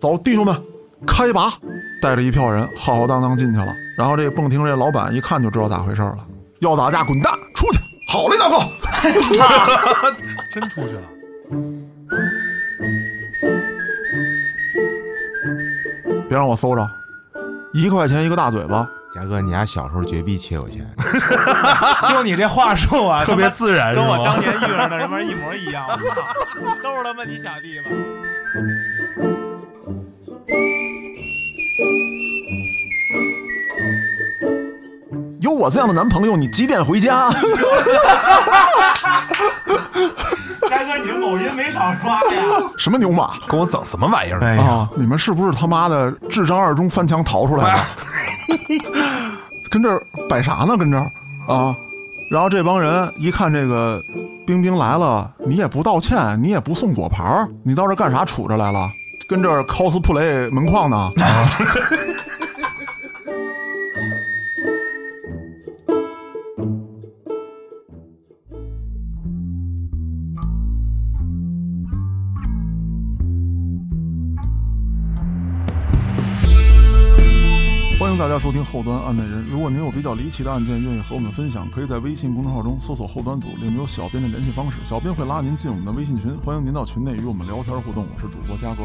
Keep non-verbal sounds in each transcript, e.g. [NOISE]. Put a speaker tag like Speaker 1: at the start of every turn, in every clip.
Speaker 1: 走，弟兄们，开拔！”带着一票人浩浩荡荡进去了。然后这个蹦厅这老板一看就知道咋回事了，要打架滚蛋出去！好嘞，大哥，
Speaker 2: 真出去了。
Speaker 1: 别让我搜着，一块钱一个大嘴巴。
Speaker 3: 嘉哥，你家小时候绝壁切有钱，
Speaker 4: 就你这话术啊，
Speaker 2: 特别自然
Speaker 4: 他妈跟
Speaker 2: 是
Speaker 4: 我当
Speaker 2: 吗
Speaker 4: 年遇上的他妈一模一样。我操，都是他妈你小弟吧？
Speaker 1: 有我这样的男朋友，你几点回家？ [LAUGHS]
Speaker 4: 嘉哥，你这某音没少刷呀？
Speaker 1: 什么牛马
Speaker 2: 跟我整什么玩意儿？
Speaker 3: [LAUGHS] 哎呀，
Speaker 1: 啊！你们是不是他妈的智障二中翻墙逃出来的？ [LAUGHS] 跟这儿摆啥呢？跟这儿啊！然后这帮人一看这个冰冰来了，你也不道歉，你也不送果盘儿，你到这儿干啥杵着来了？跟这儿 cosplay 门框呢？欢迎大家收听后端案内人。如果您有比较离奇的案件，愿意和我们分享，可以在微信公众号中搜索“后端组”，里面有小编的联系方式，小编会拉您进我们的微信群。欢迎您到群内与我们聊天互动。我是主播嘉哥。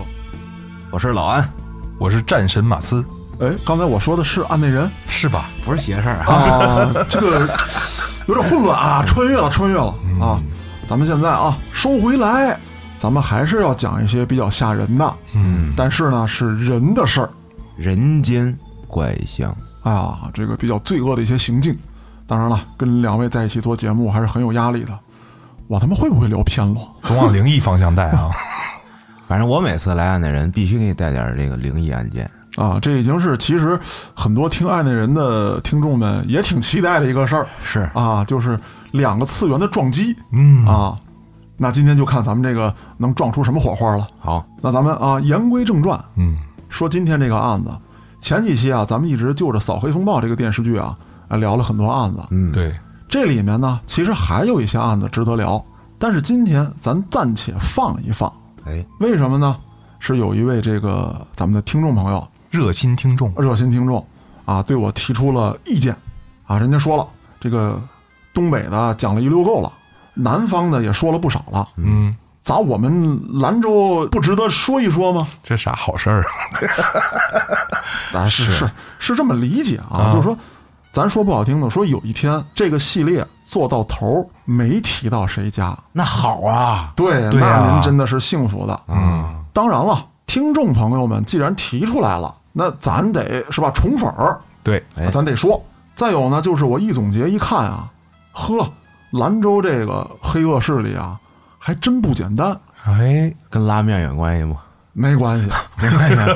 Speaker 3: 我是老安，
Speaker 2: 我是战神马斯，
Speaker 1: 哎，刚才我说的是案内人
Speaker 2: 是吧？
Speaker 3: 不是邪事儿啊。
Speaker 1: 啊，这个有点混乱啊，穿越了，穿越了啊！咱们现在啊，收回来，咱们还是要讲一些比较吓人的，
Speaker 2: 嗯，
Speaker 1: 但是呢是人的事儿。
Speaker 3: 人间怪象，
Speaker 1: 啊，这个比较罪恶的一些行径。当然了，跟两位在一起做节目还是很有压力的。我他妈会不会聊偏了？
Speaker 2: 总往灵异方向带啊。
Speaker 3: 反正我每次来案的人必须给你带点儿这个灵异案件。
Speaker 1: 啊，这已经是其实很多听爱的人的听众们也挺期待的一个事儿
Speaker 3: 是
Speaker 1: 啊，就是两个次元的撞击
Speaker 2: 嗯，
Speaker 1: 啊。那今天就看咱们这个能撞出什么火花了。
Speaker 3: 好，
Speaker 1: 那咱们啊，言归正传，
Speaker 2: 嗯，
Speaker 1: 说今天这个案子。前几期啊，咱们一直就着《扫黑风暴》这个电视剧啊，啊聊了很多案子。
Speaker 3: 嗯，，
Speaker 2: 对，
Speaker 1: 这里面呢，其实还有一些案子值得聊，但是今天咱暂且放一放。
Speaker 3: 哎，
Speaker 1: 为什么呢？是有一位这个咱们的听众朋友，
Speaker 2: 热心听众，
Speaker 1: 热心听众啊，对我提出了意见啊。人家说了，这个东北的讲了一溜够了，南方的也说了不少了，
Speaker 2: 嗯，
Speaker 1: 咋我们兰州不值得说一说吗？
Speaker 2: 这啥好事儿啊？ [LAUGHS]
Speaker 1: 啊，是是是这么理解啊，
Speaker 2: 啊
Speaker 1: 就是说，咱说不好听的，说有一天这个系列做到头儿没提到谁家，
Speaker 4: 那好啊，
Speaker 1: 对，啊
Speaker 2: 对
Speaker 1: 那
Speaker 2: 啊
Speaker 1: 您真的是幸福的。
Speaker 3: 嗯，
Speaker 1: 当然了，听众朋友们既然提出来了，那咱得是吧，宠粉儿，
Speaker 2: 对，
Speaker 3: 哎
Speaker 1: 啊咱得说。再有呢，就是我一总结一看啊，呵，兰州这个黑恶势力啊，还真不简单。
Speaker 2: 哎，
Speaker 3: 跟拉面有关系吗？
Speaker 1: 没关
Speaker 3: [LAUGHS]
Speaker 1: 系，
Speaker 3: 没关系。啊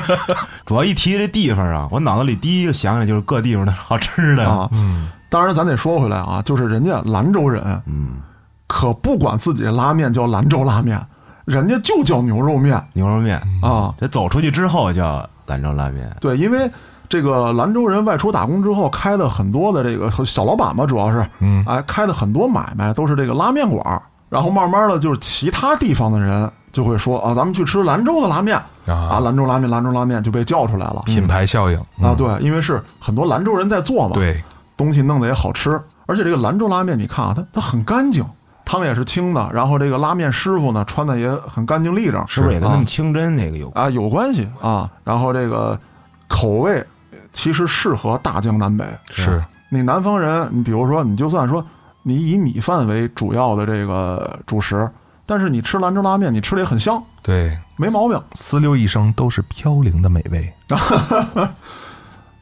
Speaker 3: 主要一提这地方啊，我脑子里第一就想起来就是各地方的好吃的。
Speaker 1: 啊，
Speaker 2: 嗯，
Speaker 1: 当然咱得说回来啊，就是人家兰州人
Speaker 3: 嗯，
Speaker 1: 可不管自己的拉面叫兰州拉面，人家就叫牛肉面
Speaker 3: 牛肉面，
Speaker 1: 啊。
Speaker 3: 这走出去之后叫兰州拉面。
Speaker 1: 对，因为这个兰州人外出打工之后开的很多的这个小老板嘛，主要是，
Speaker 2: 嗯
Speaker 1: 哎，开的很多买卖都是这个拉面馆儿，然后慢慢的就是其他地方的人就会说啊，咱们去吃兰州的拉面啊，
Speaker 2: 啊，
Speaker 1: 兰州拉面，兰州拉面就被叫出来了
Speaker 3: 嗯
Speaker 2: 品牌效应
Speaker 1: 啊，，对，因为是很多兰州人在做嘛，
Speaker 2: 嗯，对，
Speaker 1: 东西弄得也好吃，而且这个兰州拉面你看啊，它它很干净。汤也是清的，然后这个拉面师傅呢穿的也很干净利整，
Speaker 3: 是不是也跟他
Speaker 1: 啊
Speaker 3: 们清真那个有关？
Speaker 1: 啊，有关系啊。然后这个口味其实适合大江南北。
Speaker 2: 是，
Speaker 1: 你南方人，你比如说，你就算说你以米饭为主要的这个主食，但是你吃兰州拉面，你吃的也很香，
Speaker 2: 对，
Speaker 1: 没毛病。
Speaker 2: 思溜一生都是飘零的美味，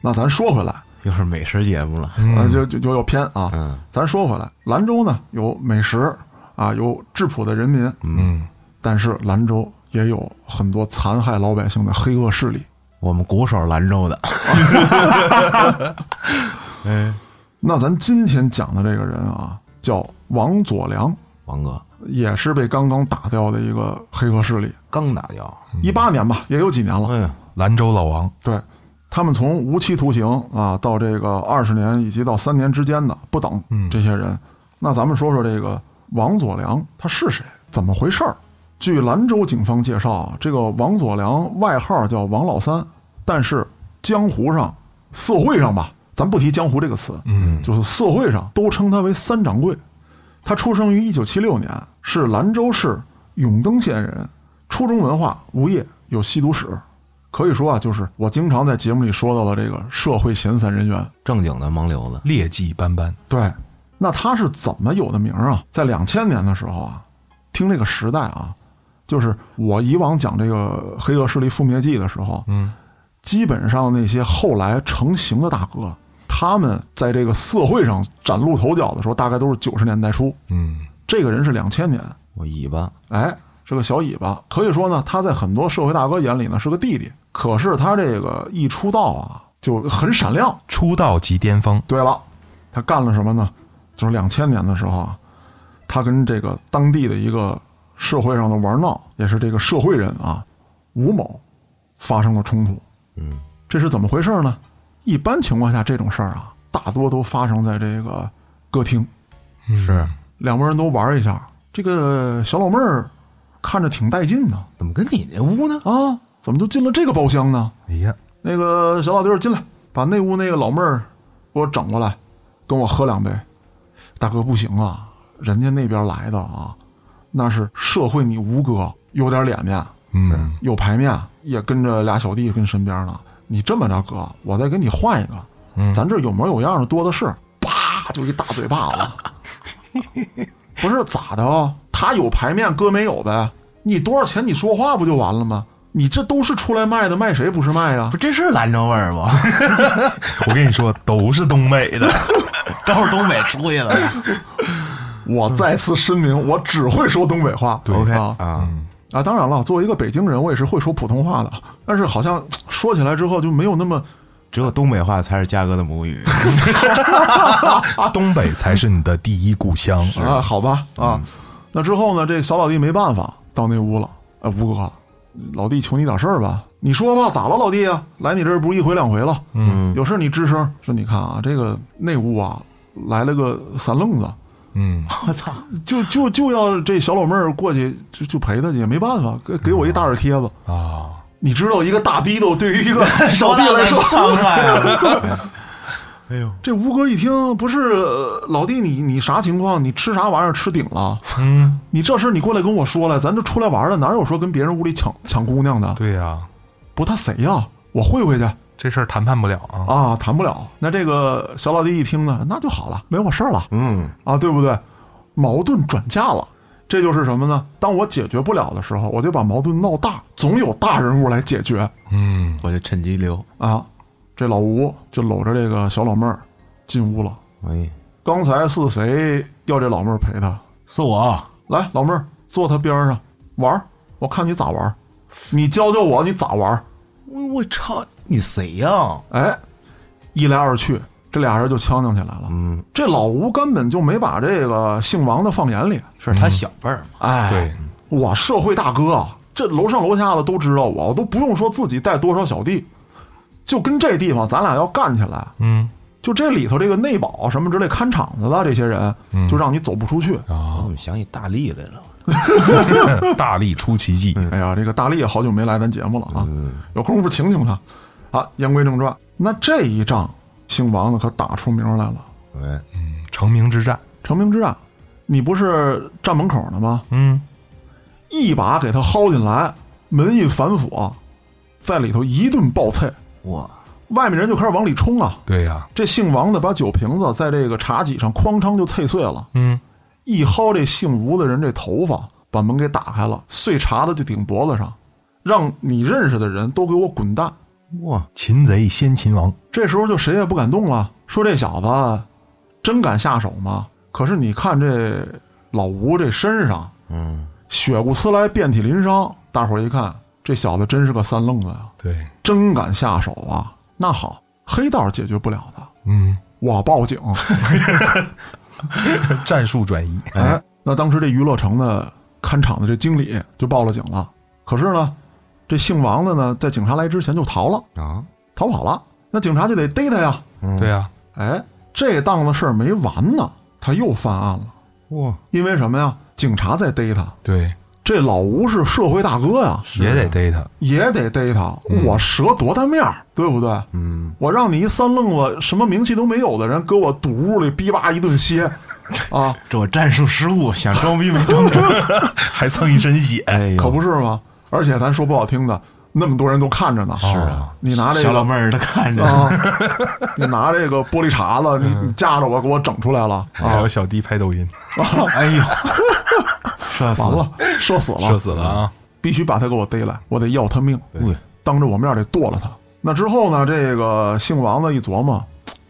Speaker 1: 那咱说回来，
Speaker 3: 又是美食节目了。
Speaker 1: 啊，
Speaker 2: 嗯，
Speaker 1: 就就就有偏啊。
Speaker 3: 嗯，
Speaker 1: 咱说回来，兰州呢有美食啊，有质朴的人民，
Speaker 2: 嗯，
Speaker 1: 但是兰州也有很多残害老百姓的黑恶势力。
Speaker 3: 我们鼓手兰州的。 [LAUGHS] 哎，
Speaker 1: 那咱今天讲的这个人啊，叫王佐良。
Speaker 3: 王哥
Speaker 1: 也是被刚刚打掉的一个黑恶势力。
Speaker 3: 刚打掉。
Speaker 2: 嗯
Speaker 1: 一八年吧，也有几年了。
Speaker 3: 哎呀，
Speaker 2: 兰州老王，
Speaker 1: 对，他们从无期徒刑啊到这个二十年以及到三年之间的不等
Speaker 2: 嗯，
Speaker 1: 这些人。那咱们说说这个王佐良他是谁，怎么回事儿？据兰州警方介绍，啊这个王佐良外号叫王老三，但是江湖上、社会上吧，咱不提江湖这个词，
Speaker 2: 嗯
Speaker 1: 就是社会上都称他为三掌柜。他出生于一九七六年，是兰州市永登县人，初中文化，无业，有吸毒史。可以说啊，就是我经常在节目里说到的这个社会闲散人员。
Speaker 3: 正经的盲流子，
Speaker 2: 劣迹斑斑。
Speaker 1: 对，那他是怎么有的名儿啊？在两千年的时候啊，听这个时代啊，就是我以往讲这个黑恶势力覆灭记的时候，
Speaker 2: 嗯，
Speaker 1: 基本上那些后来成型的大哥，他们在这个社会上崭露头角的时候，大概都是九十年代初。
Speaker 2: 嗯，
Speaker 1: 这个人是两千年，
Speaker 3: 我尾巴
Speaker 1: 哎，是个小尾巴。可以说呢，他在很多社会大哥眼里呢是个弟弟，可是他这个一出道啊，就很闪亮。
Speaker 2: 出道即巅峰，
Speaker 1: 对了，他干了什么呢？就是两千年的时候啊，他跟这个当地的一个社会上的玩闹，也是这个社会人啊，吴某发生了冲突。
Speaker 3: 嗯，
Speaker 1: 这是怎么回事呢？一般情况下，这种事儿啊，大多都发生在这个歌厅，
Speaker 2: 是
Speaker 1: 两拨人都玩一下。这个小老妹儿看着挺带劲呢，
Speaker 3: 怎么跟你那屋呢？
Speaker 1: 啊，怎么就进了这个包厢呢？
Speaker 2: 哎呀，
Speaker 1: 那个小老弟儿进来，把那屋那个老妹儿给我整过来，跟我喝两杯。大哥不行啊，人家那边来的啊，那是社会你吴哥有点脸面，
Speaker 2: 嗯，
Speaker 1: 有排面，也跟着俩小弟跟身边呢。你这么着哥，我再给你换一个，
Speaker 2: 嗯
Speaker 1: 咱这有模有样的多的是，啪就一大嘴巴子。不是咋的啊？他有排面，哥没有呗？你多少钱？你说话不就完了吗？你这都是出来卖的，卖谁不是卖呀、
Speaker 3: 不，这是兰州味儿不？
Speaker 2: 我跟你说，都是东北的，
Speaker 3: [LAUGHS] 都是东北出 [LAUGHS] 去的。
Speaker 1: 我再次声明，我只会说东北话。
Speaker 3: OK
Speaker 1: 啊
Speaker 3: 啊，
Speaker 1: 啊！当然了，作为一个北京人，我也是会说普通话的，但是好像说起来之后就没有那么
Speaker 3: 只有东北话才是嘉哥的母 [LAUGHS] 语。
Speaker 2: [LAUGHS] 东北才是你的第一故乡。
Speaker 1: 啊，好吧啊。那之后呢，这小老弟没办法到那屋了。哎，吴哥，老弟求你点事儿吧，你说吧，咋了，老弟啊？来你这儿不是一回两回了，
Speaker 2: 嗯
Speaker 1: 有事儿你吱声。说你看啊，这个那屋啊来了个三愣子，
Speaker 2: 嗯，
Speaker 3: 我操，
Speaker 1: 就就就要这小老妹儿过去就就陪她去，也没办法，给给我一大耳贴子。
Speaker 2: 啊，
Speaker 1: 你知道一个大逼斗对于一个小
Speaker 3: 多
Speaker 1: 弟
Speaker 3: 大
Speaker 1: 来
Speaker 3: 的
Speaker 1: 说，
Speaker 3: 伤害啊！
Speaker 2: 哎呦，
Speaker 1: [LAUGHS] 这吴哥一听不是呃老弟你你啥情况？你吃啥玩意儿吃顶了？
Speaker 2: 嗯，
Speaker 1: 你这事儿你过来跟我说来，咱这出来玩儿的，哪有说跟别人屋里抢抢姑娘的？
Speaker 2: 对呀、啊
Speaker 1: 不，他谁呀、我会会去
Speaker 2: 这事儿谈判不了啊。
Speaker 1: 啊，谈不了。那这个小老弟一听呢，那就好了，没我事儿了
Speaker 3: 嗯，
Speaker 1: 啊，对不对？矛盾转嫁了，这就是什么呢？当我解决不了的时候，我就把矛盾闹大，总有大人物来解决。
Speaker 2: 嗯，
Speaker 3: 我就趁机溜。
Speaker 1: 啊，这老吴就搂着这个小老妹儿进屋了。
Speaker 3: 哎，
Speaker 1: 刚才是谁要这老妹儿陪他？
Speaker 3: 是我，
Speaker 1: 来，老妹儿坐他边上玩儿，我看你咋玩儿，你教教我你咋玩儿。
Speaker 3: 我我操，你谁呀、
Speaker 1: 哎，一来二去，这俩人就呛呛起来了。
Speaker 3: 嗯，
Speaker 1: 这老吴根本就没把这个姓王的放眼里。
Speaker 3: 是他小辈儿嘛？
Speaker 1: 哎，
Speaker 2: 对，
Speaker 1: 我社会大哥，啊这楼上楼下的都知道我，我都不用说自己带多少小弟，就跟这地方咱俩要干起来，
Speaker 2: 嗯 [LAUGHS]
Speaker 1: 就这里头这个内保什么之类看场子的这些人，就让你走不出去。
Speaker 3: 我
Speaker 2: 啊，
Speaker 3: 怎么想起大力来了？
Speaker 2: 大力出奇迹。
Speaker 1: 哎呀，这个大力也好久没来咱节目了啊，有功夫请请他。啊，言归正传，那这一仗，姓王的可打出名来了。
Speaker 3: 哎，
Speaker 2: 嗯，成名之战。
Speaker 1: 成名之战，你不是站门口呢吗？
Speaker 2: 嗯，
Speaker 1: 一把给他薅进来，门一反锁，在里头一顿暴踹，
Speaker 3: 我
Speaker 1: 外面人就开始往里冲啊。
Speaker 2: 对呀、
Speaker 1: 这姓王的把酒瓶子在这个茶几上哐当就碎碎了，
Speaker 2: 嗯，
Speaker 1: 一薅这姓吴的人这头发，把门给打开了，碎碴子就顶脖子上，让你认识的人都给我滚蛋。
Speaker 3: 哇，
Speaker 2: 擒贼先擒王。
Speaker 1: 这时候就谁也不敢动了，说这小子真敢下手吗？可是你看这老吴这身上
Speaker 3: 嗯，
Speaker 1: 血骨呲来，遍体鳞伤，大伙儿一看，这小子真是个三愣子呀，
Speaker 2: 对，
Speaker 1: 真敢下手啊！那好，黑道解决不了的，
Speaker 2: 嗯，
Speaker 1: 我报警。
Speaker 2: 战术转移。
Speaker 1: 哎，那当时这娱乐城的看场的这经理就报了警了。可是呢，这姓王的呢，在警察来之前就逃了，
Speaker 3: 啊，
Speaker 1: 逃跑了。那警察就得逮他呀。
Speaker 2: 对啊呀、
Speaker 1: 哎，这档子事儿没完呢，他又犯案了。
Speaker 3: 哇，
Speaker 1: 因为什么呀？警察在逮他，
Speaker 2: 对，
Speaker 1: 这老吴是社会大哥呀、
Speaker 2: 也得逮他。
Speaker 1: 也得逮他，
Speaker 3: 嗯
Speaker 1: 我折多大面儿，对不对？嗯，我让你一三愣子什么名气都没有的人，搁我赌屋里逼吧一顿
Speaker 3: [LAUGHS]
Speaker 1: 歇，啊，
Speaker 3: 这我战术失误，想装逼没装成。
Speaker 2: 还蹭一身 [LAUGHS] 血。
Speaker 3: [LAUGHS] 哎呦，
Speaker 1: 可不是吗？而且咱说不好听的，那么多人都看着呢。是
Speaker 3: 啊
Speaker 1: 你拿这
Speaker 3: 小老
Speaker 1: 个
Speaker 3: 妹儿嗯她看着，
Speaker 1: 啊，你拿这个玻璃碴子，你你架着我给我整出来了
Speaker 2: 还
Speaker 1: 啊
Speaker 2: 有！小弟拍抖音，
Speaker 3: [LAUGHS] 哎呦，射死
Speaker 1: 完了，射死了，
Speaker 2: 射死了啊！
Speaker 1: 必须把他给我逮来，我得要他命，
Speaker 3: 对
Speaker 1: 当着我面得剁了他。那之后呢？这个姓王的一琢磨，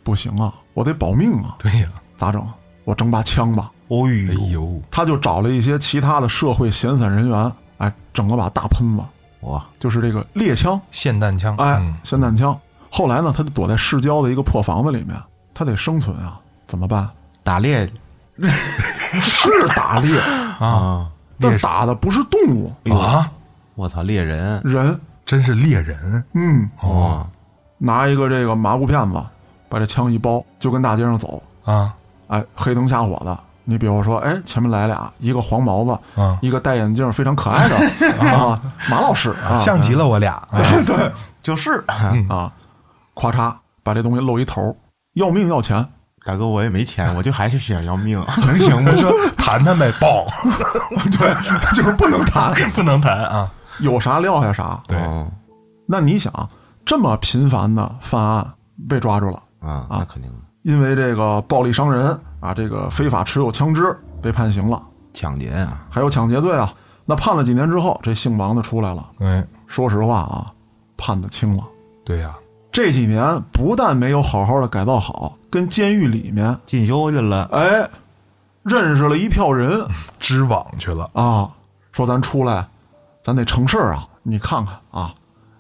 Speaker 1: 不行啊，我得保命啊，
Speaker 2: 对呀，
Speaker 1: 咋整？我整把枪吧。
Speaker 3: 哦
Speaker 2: 哎
Speaker 3: 呦，
Speaker 2: 呦，
Speaker 1: 他就找了一些其他的社会闲散人员，哎，整了把大喷子，
Speaker 3: 哇，
Speaker 1: 就是这个猎枪，
Speaker 2: 霰弹枪，
Speaker 1: 哎
Speaker 2: 嗯，
Speaker 1: 霰弹枪。后来呢，他就躲在市郊的一个破房子里面，他得生存啊，怎么办？
Speaker 3: 打猎
Speaker 1: 是打猎，
Speaker 2: 啊
Speaker 3: 啊！
Speaker 1: 但
Speaker 2: 猎
Speaker 1: 打的不是动物，
Speaker 2: 啊，
Speaker 3: 哎我操，猎人
Speaker 1: 人。
Speaker 2: 真是猎人
Speaker 1: 嗯，
Speaker 2: 哦
Speaker 1: 拿一个这个麻布片子，把这枪一包，就跟大街上走，
Speaker 2: 啊
Speaker 1: 哎，黑灯瞎火的。你比如说，哎，前面来俩，一个黄毛子，
Speaker 2: 啊
Speaker 1: 一个戴眼镜非常可爱的啊，马老师啊，
Speaker 2: 像极了我俩， [LAUGHS] 哎
Speaker 3: 就是
Speaker 1: 啊，咔嚓把这东西露一头，要命要钱， [LAUGHS]
Speaker 3: 大哥，我也没 [LAUGHS] 钱，我就还是想要命，能行吗？说
Speaker 2: [LAUGHS] 谈谈呗，爆，
Speaker 1: 对，就是不能谈，
Speaker 2: 不能谈啊，
Speaker 1: 有啥撂下啥。
Speaker 2: 对
Speaker 3: 哦
Speaker 1: 那你想，这么频繁的犯案被抓住了，
Speaker 3: 啊，那肯定的
Speaker 1: 因为这个暴力伤人啊，这个非法持有枪支被判刑了，
Speaker 3: 抢劫啊，
Speaker 1: 还有抢劫罪啊。那判了几年之后，这姓王的出来了，
Speaker 2: 哎，
Speaker 1: 说实话啊，判的轻了。
Speaker 2: 对呀，
Speaker 1: 这几年不但没有好好的改造好，跟监狱里面，
Speaker 3: 进修去了，
Speaker 1: 哎，认识了一票人，
Speaker 2: 织网去了，
Speaker 1: 啊，说咱出来，咱得成事儿啊！你看看啊，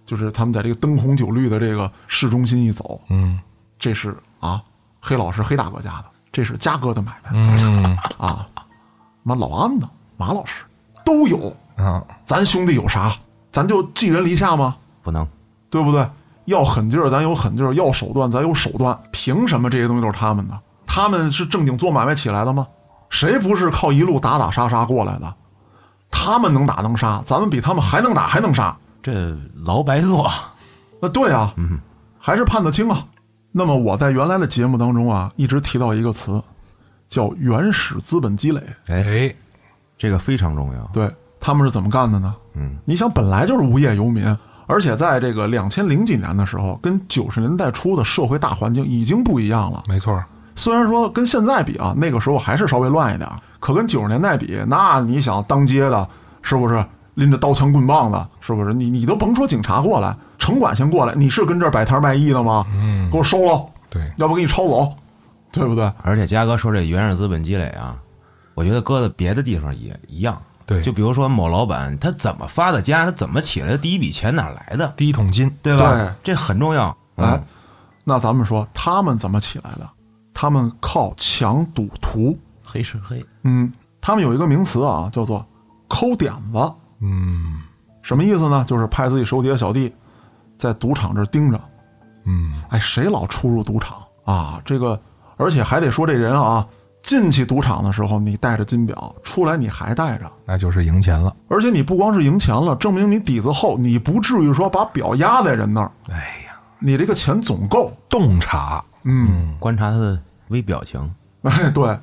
Speaker 1: 就是他们在这个灯红酒绿的这个市中心一走，
Speaker 2: 嗯
Speaker 1: 这是啊，黑老师黑大哥家的，这是嘉哥的买卖，
Speaker 2: [LAUGHS] 嗯
Speaker 1: 妈老安的马老师都有，
Speaker 2: 啊，
Speaker 1: 咱兄弟有啥，咱就寄人篱下吗？
Speaker 3: 不能
Speaker 1: 对不对？要狠劲儿，咱有狠劲儿；要手段，咱有手段。凭什么这些东西都是他们的？他们是正经做买卖起来的吗？谁不是靠一路打打杀杀过来的？他们能打能杀，咱们比他们还能打还能杀。
Speaker 3: 这劳白做，
Speaker 1: 那对啊，嗯，还是判得轻啊。那么我在原来的节目当中啊，一直提到一个词，叫原始资本积累。
Speaker 2: 哎，
Speaker 3: 这个非常重要。
Speaker 1: 对他们是怎么干的呢？
Speaker 3: 嗯，
Speaker 1: 你想，本来就是无业游民，而且在这个两千零几年的时候，跟九十年代初的社会大环境已经不一样了。
Speaker 2: 没错儿，
Speaker 1: 虽然说跟现在比啊，那个时候还是稍微乱一点儿，可跟九十年代比，那你想当街的，是不是拎着刀枪棍棒的，是不是？你你都甭说警察过来，城管先过来，你是跟这儿摆摊卖艺的吗？嗯，给我收了，
Speaker 2: 对，
Speaker 1: 要不给你抄走，对不对？
Speaker 3: 而且嘉哥说这原始资本积累啊，我觉得搁在别的地方也一样。
Speaker 2: 对
Speaker 3: 就比如说某老板他怎么发的家，他怎么起来的第一笔钱哪来的，
Speaker 2: 第一桶金，
Speaker 3: 对吧？
Speaker 1: 对
Speaker 3: 这很重要。啊
Speaker 1: 哎，那咱们说他们怎么起来的？他们靠抢赌徒。
Speaker 3: 黑是黑，
Speaker 1: 嗯，他们有一个名词啊，叫做抠点子。
Speaker 2: 嗯
Speaker 1: 什么意思呢？就是派自己手底下小弟在赌场这儿盯着，
Speaker 2: 嗯，
Speaker 1: 哎，谁老出入赌场啊？这个，而且还得说这人啊，进去赌场的时候你带着金表，出来你还带着，
Speaker 2: 那就是赢钱了，
Speaker 1: 而且你不光是赢钱了，证明你底子厚，你不至于说把表压在人那儿，
Speaker 2: 哎呀，
Speaker 1: 你这个钱总够。
Speaker 2: 洞察，
Speaker 1: 嗯，
Speaker 3: 观察他的微表情，
Speaker 1: [LAUGHS] 哎，对。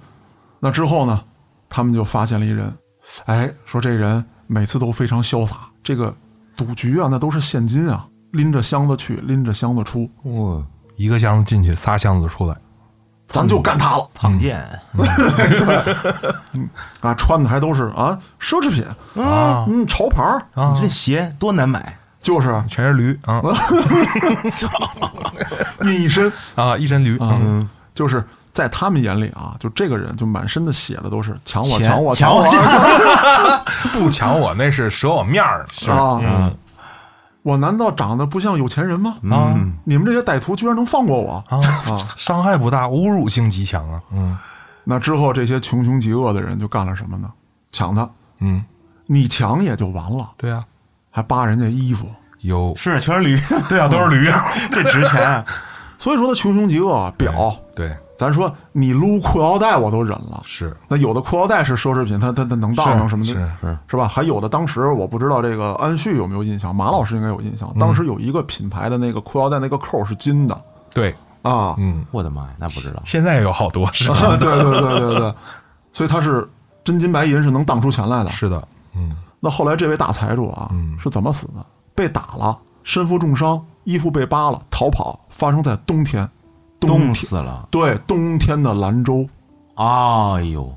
Speaker 1: 那之后呢，他们就发现了一人，哎，说这人每次都非常潇洒，这个赌局啊，那都是现金啊，拎着箱子去，拎着箱子出，
Speaker 3: 哇，
Speaker 2: 一个箱子进去，仨箱子出来，
Speaker 1: 咱就干他了。
Speaker 3: 胖健，
Speaker 1: 啊，穿的还都是啊奢侈品，
Speaker 2: 啊
Speaker 1: 嗯，潮牌儿
Speaker 2: 啊
Speaker 3: 你，这鞋多难买，
Speaker 1: 就是
Speaker 2: 全是驴啊
Speaker 1: 印一身，
Speaker 2: 啊，一身驴，嗯，
Speaker 1: 就是在他们眼里啊，就这个人就满身的血的都是抢我
Speaker 3: 钱
Speaker 1: 抢我
Speaker 3: 抢
Speaker 1: 我
Speaker 3: 我
Speaker 2: 不抢我那是折我面儿，
Speaker 1: 啊！我难道长得不像有钱人吗？
Speaker 2: 嗯
Speaker 1: 你们这些歹徒居然能放过我！
Speaker 2: 啊，伤害不大，侮辱性极强啊，嗯
Speaker 1: 那之后，这些穷凶极恶的人就干了什么呢？抢他，
Speaker 2: 嗯，
Speaker 1: 你抢也就完了，
Speaker 2: 对啊，
Speaker 1: 还扒人家衣服。
Speaker 2: 有，
Speaker 3: 是
Speaker 1: [LAUGHS]
Speaker 3: 全是驴，
Speaker 2: 对啊，都是驴，
Speaker 3: 这值钱。
Speaker 1: 所以说他穷凶极恶啊，表
Speaker 2: [LAUGHS] 对，
Speaker 1: 咱说你撸裤腰带我都忍了，
Speaker 2: 是
Speaker 1: 那有的裤腰带是奢侈品，它它它能当能什么的，
Speaker 2: 是
Speaker 3: 是
Speaker 1: 是吧？还有的当时我不知道这个安旭有没有印象，马老师应该有印象，当
Speaker 2: 嗯
Speaker 1: 时有一个品牌的那个裤腰带那个扣是金的
Speaker 2: 对，
Speaker 1: 啊，
Speaker 2: 嗯，
Speaker 3: 我的妈呀，那不知道。
Speaker 2: 现在有好多
Speaker 1: [LAUGHS]
Speaker 2: 是
Speaker 1: 啊对对对对对，所以它是真金白银是能当出钱来的。
Speaker 2: 是的，嗯，
Speaker 1: 那后来这位大财主啊，
Speaker 3: 嗯
Speaker 1: 是怎么死的？被打了，身负重伤，衣服被扒了，逃跑，发生在冬天，冬
Speaker 3: 冻
Speaker 1: 天
Speaker 3: 死了！
Speaker 1: 对冬天的兰州
Speaker 3: 哎呦，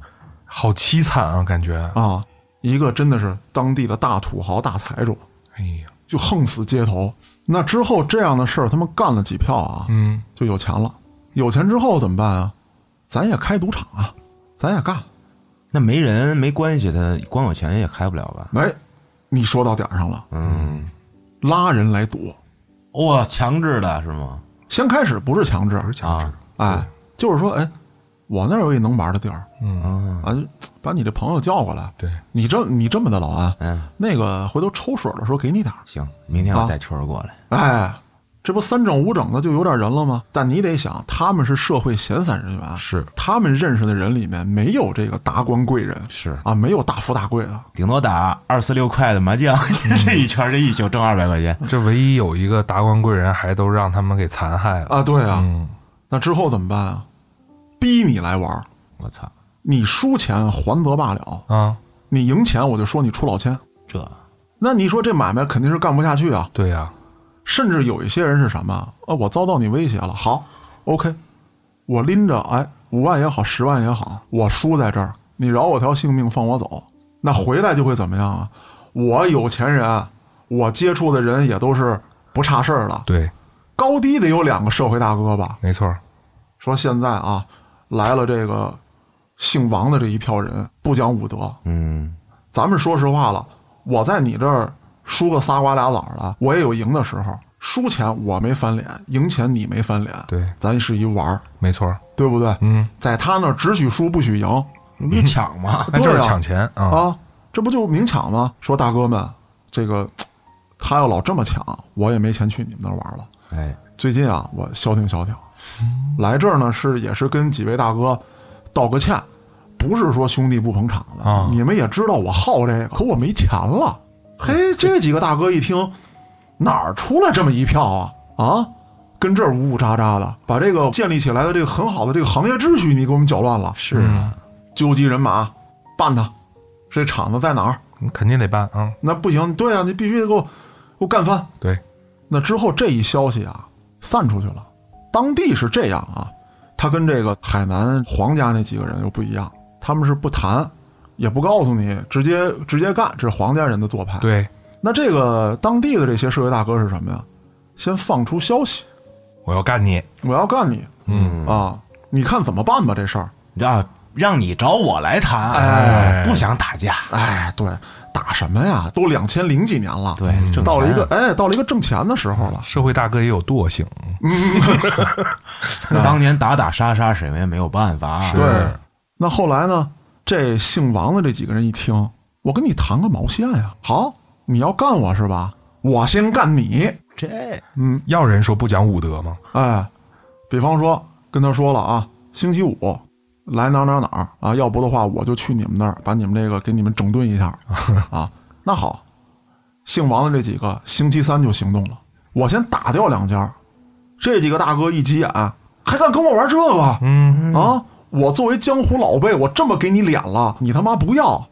Speaker 2: 好凄惨啊，感觉，
Speaker 1: 啊，一个真的是当地的大土豪、大财主，
Speaker 2: 哎呀，
Speaker 1: 就横死街头。那之后这样的事儿，他们干了几票啊，
Speaker 2: 嗯，
Speaker 1: 就有钱了。有钱之后怎么办啊？咱也开赌场啊，咱也干。
Speaker 3: 那没人没关系，他光有钱也开不了吧？
Speaker 1: 哎，你说到点儿上了，
Speaker 3: 嗯，
Speaker 1: 拉人来赌。
Speaker 3: 哇，强制的是吗？
Speaker 1: 先开始不是强制，
Speaker 3: 啊，
Speaker 1: 哎，就是说，哎，我那儿有一能玩的地儿，
Speaker 3: 嗯
Speaker 1: 啊，把你这朋友叫过来。
Speaker 2: 对，
Speaker 1: 你这你这么的老安，
Speaker 3: 嗯，
Speaker 1: 那个回头抽水的时候给你点儿。
Speaker 3: 行，明天我
Speaker 1: 啊
Speaker 3: 带春儿过来。
Speaker 1: 哎，这不三整五整的就有点人了吗？但你得想，他们是社会闲散人员，
Speaker 2: 是
Speaker 1: 他们认识的人里面没有这个达官贵人，
Speaker 3: 是
Speaker 1: 啊，没有大富大贵的。
Speaker 3: 顶多打二四六块的麻 [LAUGHS] 将，这一圈儿这一宿挣二百块钱。
Speaker 2: 这唯一有一个达官贵人，还都让他们给残害了，
Speaker 1: 啊，对啊，
Speaker 2: 嗯，
Speaker 1: 那之后怎么办啊？逼你来玩儿，
Speaker 3: 我操，
Speaker 1: 你输钱还则罢了，
Speaker 2: 啊，
Speaker 1: 你赢钱我就说你出老千。
Speaker 3: 这
Speaker 1: 那你说这买卖肯定是干不下去啊，
Speaker 2: 对呀，
Speaker 1: 甚至有一些人是什么啊？啊我遭到你威胁了，好，OK，我拎着哎五万也好，十万也好，我输在这儿，你饶我条性命，放我走。那回来就会怎么样啊？我有钱人，我接触的人也都是不差事儿的，
Speaker 2: 对，
Speaker 1: 高低得有两个社会大哥吧？
Speaker 2: 没错，
Speaker 1: 说现在啊，来了这个姓王的这一票人，不讲武德。
Speaker 3: 嗯，
Speaker 1: 咱们说实话了，我在你这儿输个仨瓜俩枣的，我也有赢的时候。输钱我没翻脸，赢钱你没翻脸，
Speaker 2: 对
Speaker 1: 咱是一玩儿，
Speaker 2: 没错，
Speaker 1: 对不对？
Speaker 2: 嗯，
Speaker 1: 在他那儿只许输不许赢
Speaker 3: 你不就抢吗？
Speaker 2: 那就
Speaker 1: 对
Speaker 2: 是
Speaker 1: 啊
Speaker 2: 抢钱啊，
Speaker 1: 啊，这不就明抢吗？说大哥们，这个他要老这么抢，我也没钱去你们那儿玩了。
Speaker 3: [LAUGHS] 哎，
Speaker 1: 最近啊，我消停消停，来这儿呢是也是跟几位大哥道个歉，不是说兄弟不捧场的，
Speaker 2: 啊
Speaker 1: 你们也知道我好这个，可我没钱了。嘿，这几个大哥一听，哪儿出来这么一票啊啊！跟这儿呜呜喳喳的，把这个建立起来的这个很好的这个行业秩序，你给我们搅乱了，
Speaker 3: 是
Speaker 2: 嗯
Speaker 3: 啊，
Speaker 1: 纠集人马办他，这厂子在哪儿？
Speaker 2: 你肯定得办啊，
Speaker 1: 那不行，对啊，你必须得给我给我干翻，
Speaker 2: 对，
Speaker 1: 那之后这一消息啊散出去了，当地是这样啊，他跟这个海南黄家那几个人又不一样，他们是不谈，也不告诉你，直接直接干，这是黄家人的做派。，
Speaker 2: 对，
Speaker 1: 那这个当地的这些社会大哥是什么呀？先放出消息，
Speaker 2: 我要干你，
Speaker 1: 我要干你
Speaker 2: 嗯，
Speaker 1: 啊！你看怎么办吧这事儿？
Speaker 3: 让让你找我来谈，
Speaker 1: 哎
Speaker 3: 不想打架。
Speaker 1: 哎，对，打什么呀？都两千零几年了，
Speaker 3: 对，挣
Speaker 1: 到了一
Speaker 3: 钱
Speaker 1: 个哎，到了一个挣钱的时候了。
Speaker 2: 社会大哥也有惰性，
Speaker 3: 当年打打杀杀，谁也没有办法。
Speaker 1: 对那后来呢？这姓王的这几个人一听，我跟你谈个毛线呀！好，你要干我是吧？我先干你。
Speaker 3: 这
Speaker 2: 要人说不讲武德吗？
Speaker 1: 哎，比方说跟他说了啊，星期五来哪儿哪儿哪儿啊，要不的话我就去你们那儿把你们这个给你们整顿一下啊。那好，姓王的这几个星期三就行动了，我先打掉两家。这几个大哥一急眼，还敢跟我玩这个？
Speaker 2: 嗯，
Speaker 1: 啊！我作为江湖老辈，我这么给你脸了，你他妈不要，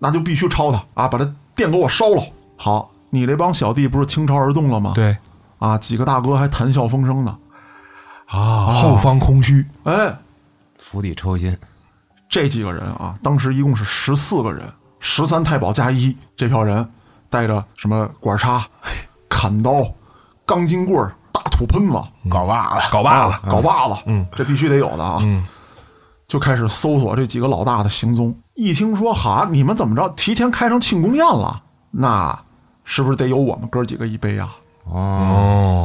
Speaker 1: 那就必须抄他啊！把这店给我烧了。好，你这帮小弟不是倾巢而动了吗？
Speaker 2: 对
Speaker 1: 啊，几个大哥还谈笑风生呢。
Speaker 2: 啊，后方空虚，
Speaker 1: 哎，
Speaker 3: 釜底抽薪，
Speaker 1: 这几个人啊，当时一共是十四个人，十三太保加一，这票人带着什么管叉、砍刀、钢筋棍儿、大土喷子，
Speaker 3: 搞罢了。
Speaker 2: 嗯搞罢
Speaker 1: 啊
Speaker 2: 了，
Speaker 1: 搞把子，
Speaker 2: 嗯，
Speaker 1: 这必须得有的啊，
Speaker 2: 嗯，
Speaker 1: 就开始搜索这几个老大的行踪。一听说哈，你们怎么着，提前开上庆功宴了，那是不是得有我们哥几个一杯啊？
Speaker 3: 哦，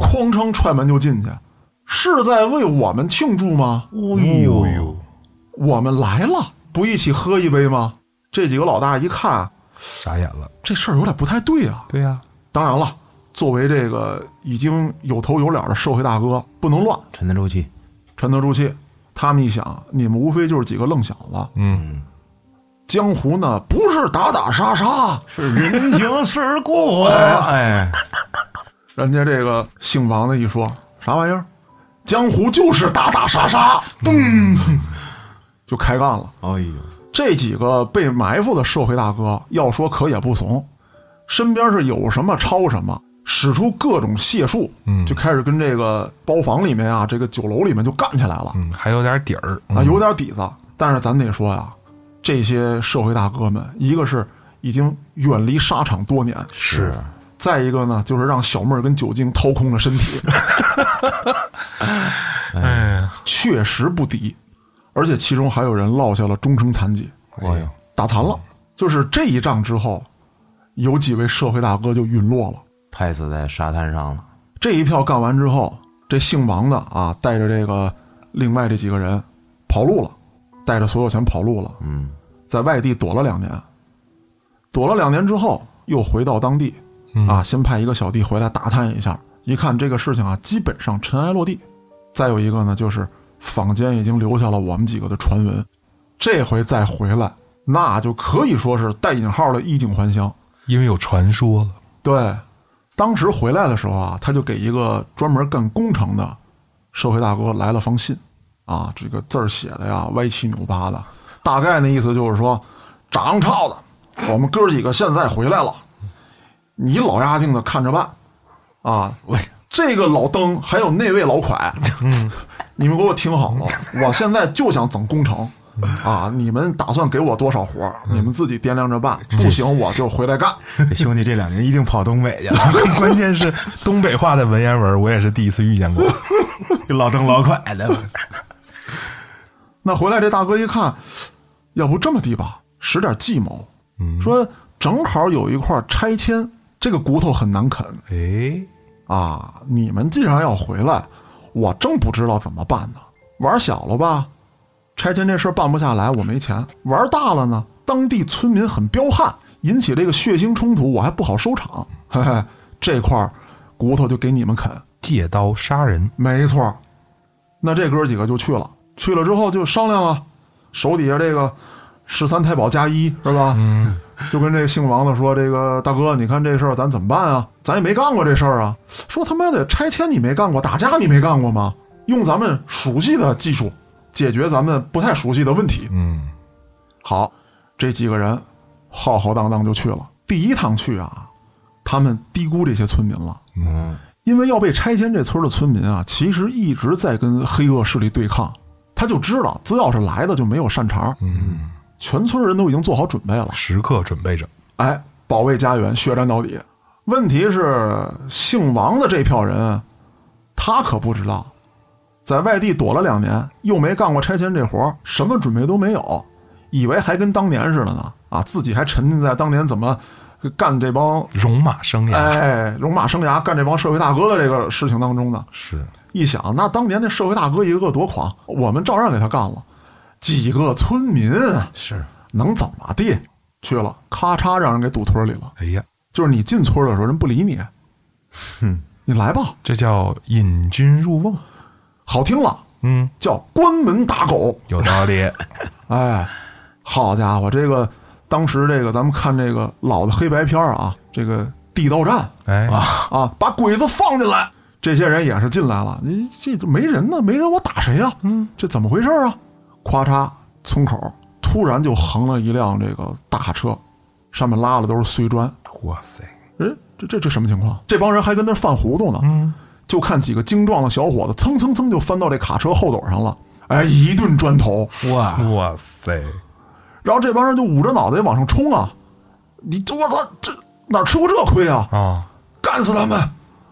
Speaker 2: 哦，
Speaker 1: 哐当踹门就进去，是在为我们庆祝吗？嗯
Speaker 2: 哎呦呦，
Speaker 1: 我们来了，不一起喝一杯吗？这几个老大一看，
Speaker 2: 傻眼了，
Speaker 1: 这事儿有点不太对啊。
Speaker 2: 对呀，
Speaker 1: 当然了，作为这个已经有头有脸的社会大哥，不能乱，
Speaker 3: 沉得住气。
Speaker 1: 沉得住气。他们一想，你们无非就是几个愣小子，
Speaker 2: 嗯，
Speaker 1: 江湖呢不是打打杀杀，
Speaker 3: 是人情世故啊！ [LAUGHS] 哎，
Speaker 1: 人家这个姓王的一说啥玩意儿，江湖就是打打杀杀，咚，就开干了。
Speaker 3: 哎呦，
Speaker 1: 这几个被埋伏的社会大哥，要说可也不怂，身边是有什么抄什么，使出各种解数，
Speaker 2: 嗯
Speaker 1: 就开始跟这个包房里面啊，这个酒楼里面就干起来了。
Speaker 2: 嗯，还有点底儿嗯
Speaker 1: 啊，有点底子。但是咱得说呀，这些社会大哥们，一个是已经远离沙场多年，
Speaker 2: 是
Speaker 1: 再一个呢，就是让小妹儿跟酒精掏空了身体，
Speaker 2: [LAUGHS] 哎呀，
Speaker 1: 确实不敌。而且其中还有人落下了终生残疾，
Speaker 2: 哎呦，
Speaker 1: 打残了。就是这一仗之后，有几位社会大哥就陨落了。
Speaker 3: 拍死在沙滩上了。
Speaker 1: 这一票干完之后，这姓王的啊，带着这个另外这几个人跑路了，带着所有钱跑路了。
Speaker 3: 嗯，
Speaker 1: 在外地躲了两年，躲了两年之后又回到当地，
Speaker 2: 嗯
Speaker 1: 啊，先派一个小弟回来打探一下，一看这个事情啊，基本上尘埃落地。再有一个呢，就是坊间已经留下了我们几个的传闻，这回再回来，那就可以说是带引号的衣锦还乡。
Speaker 2: 因为有传说了，
Speaker 1: 对，当时回来的时候啊，他就给一个专门干工程的社会大哥来了封信，啊，这个字儿写的呀歪七扭八的，大概那意思就是说，长操的，我们哥几个现在回来了，你老丫定的看着办，啊，这个老登还有那位老蒯， [LAUGHS] 你们给我听好了，我现在就想整工程。啊！你们打算给我多少活儿？你们自己掂量着办，不行我就回来干。
Speaker 3: [LAUGHS] 这兄弟这两年一定跑东北去了，
Speaker 2: [LAUGHS]
Speaker 3: [LAUGHS]
Speaker 2: 关键是东北话的文言文，我也是第一次遇见过。
Speaker 3: 老登老拐的。
Speaker 1: 那回来这大哥一看，要不这么地吧，使点计谋，说正好有一块拆迁，这个骨头很难啃
Speaker 2: [LAUGHS] 哎，
Speaker 1: 啊。你们既然要回来，我正不知道怎么办呢。玩小了吧，拆迁这事儿办不下来，我没钱；玩大了呢，当地村民很彪悍，引起这个血腥冲突，我还不好收场。 [LAUGHS] 嘿嘿，这块骨头就给你们啃。
Speaker 2: 借刀杀人，
Speaker 1: 没错儿，那这哥几个就去了，去了之后就商量了，啊手底下这个十三太保加一是吧？嗯，就跟这个姓王的说：“这个大哥，你看这事儿咱怎么办啊？咱也没干过这事儿啊。说他妈的拆迁你没干过，打架你没干过吗？用咱们熟悉的技术解决咱们不太熟悉的问题。
Speaker 2: 嗯，
Speaker 1: 好，这几个人浩浩荡荡就去了。第一趟去啊，他们低估这些村民了。
Speaker 3: 嗯，
Speaker 1: 因为要被拆迁这村儿的村民啊，其实一直在跟黑恶势力对抗。他就知道，只要是来的就没有善茬。嗯，全村人都已经做好准备了，
Speaker 2: 时刻准备着。
Speaker 1: 哎，保卫家园，血战到底。问题是，姓王的这票人，他可不知道，在外地躲了两年，又没干过拆迁这活儿，什么准备都没有，以为还跟当年似的呢。啊，自己还沉浸在当年怎么干这帮
Speaker 2: 戎马生涯、
Speaker 1: 哎戎马生涯干这帮社会大哥的这个事情当中呢。
Speaker 2: 是
Speaker 1: 一想，那当年那社会大哥一个个多狂，我们照样给他干了。几个村民
Speaker 2: 是，
Speaker 1: 能怎么地？去了，咔嚓让人给堵村里了。
Speaker 2: 哎呀，
Speaker 1: 就是你进村的时候，人不理你，哼，你来吧，
Speaker 2: 这叫引君入瓮。
Speaker 1: 好听了
Speaker 2: 嗯，
Speaker 1: 叫关门打狗。
Speaker 2: 有道 [LAUGHS] 理。
Speaker 1: 哎，好家伙，这个当时这个咱们看这个老的黑白片儿啊，这个地道战
Speaker 2: 哎，
Speaker 1: 啊，把鬼子放进来，这些人也是进来了，你这没人呢，没人我打谁呀、嗯，这怎么回事啊？咵嚓，村口突然就横了一辆这个大车，上面拉的都是碎砖。
Speaker 2: 哇塞，
Speaker 1: 人这这这什么情况？这帮人还跟那儿犯糊涂呢。
Speaker 2: 嗯，
Speaker 1: 就看几个精壮的小伙子蹭蹭蹭就翻到这卡车后斗上了，哎，一顿砖头，
Speaker 3: 哇，
Speaker 2: 哇塞，
Speaker 1: 然后这帮人就捂着脑袋往上冲啊！你这我操，这哪吃过这亏啊？
Speaker 2: 啊，
Speaker 1: 干死他们！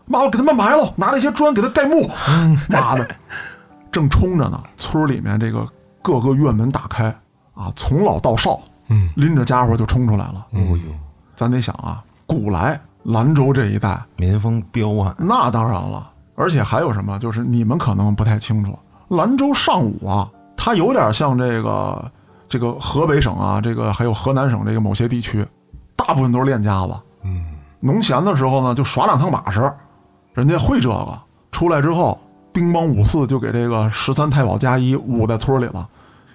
Speaker 1: 妈，我给他们埋了，拿那些砖给他盖墓。
Speaker 2: 嗯
Speaker 1: 妈的，正冲着呢，村里面这个各个院门打开啊，从老到少，
Speaker 2: 嗯
Speaker 1: 拎着家伙就冲出来了。
Speaker 2: 哦呦，
Speaker 1: 咱得想啊，古来兰州这一带，
Speaker 3: 民风彪悍。
Speaker 1: 那当然了，而且还有什么，就是你们可能不太清楚，兰州上武啊，它有点像这个这个河北省啊，这个还有河南省这个某些地区，大部分都是练家子。嗯，农闲的时候呢，就耍两趟把式，人家会这个，出来之后乒乓五四就给这个十三太保加一捂在村里了。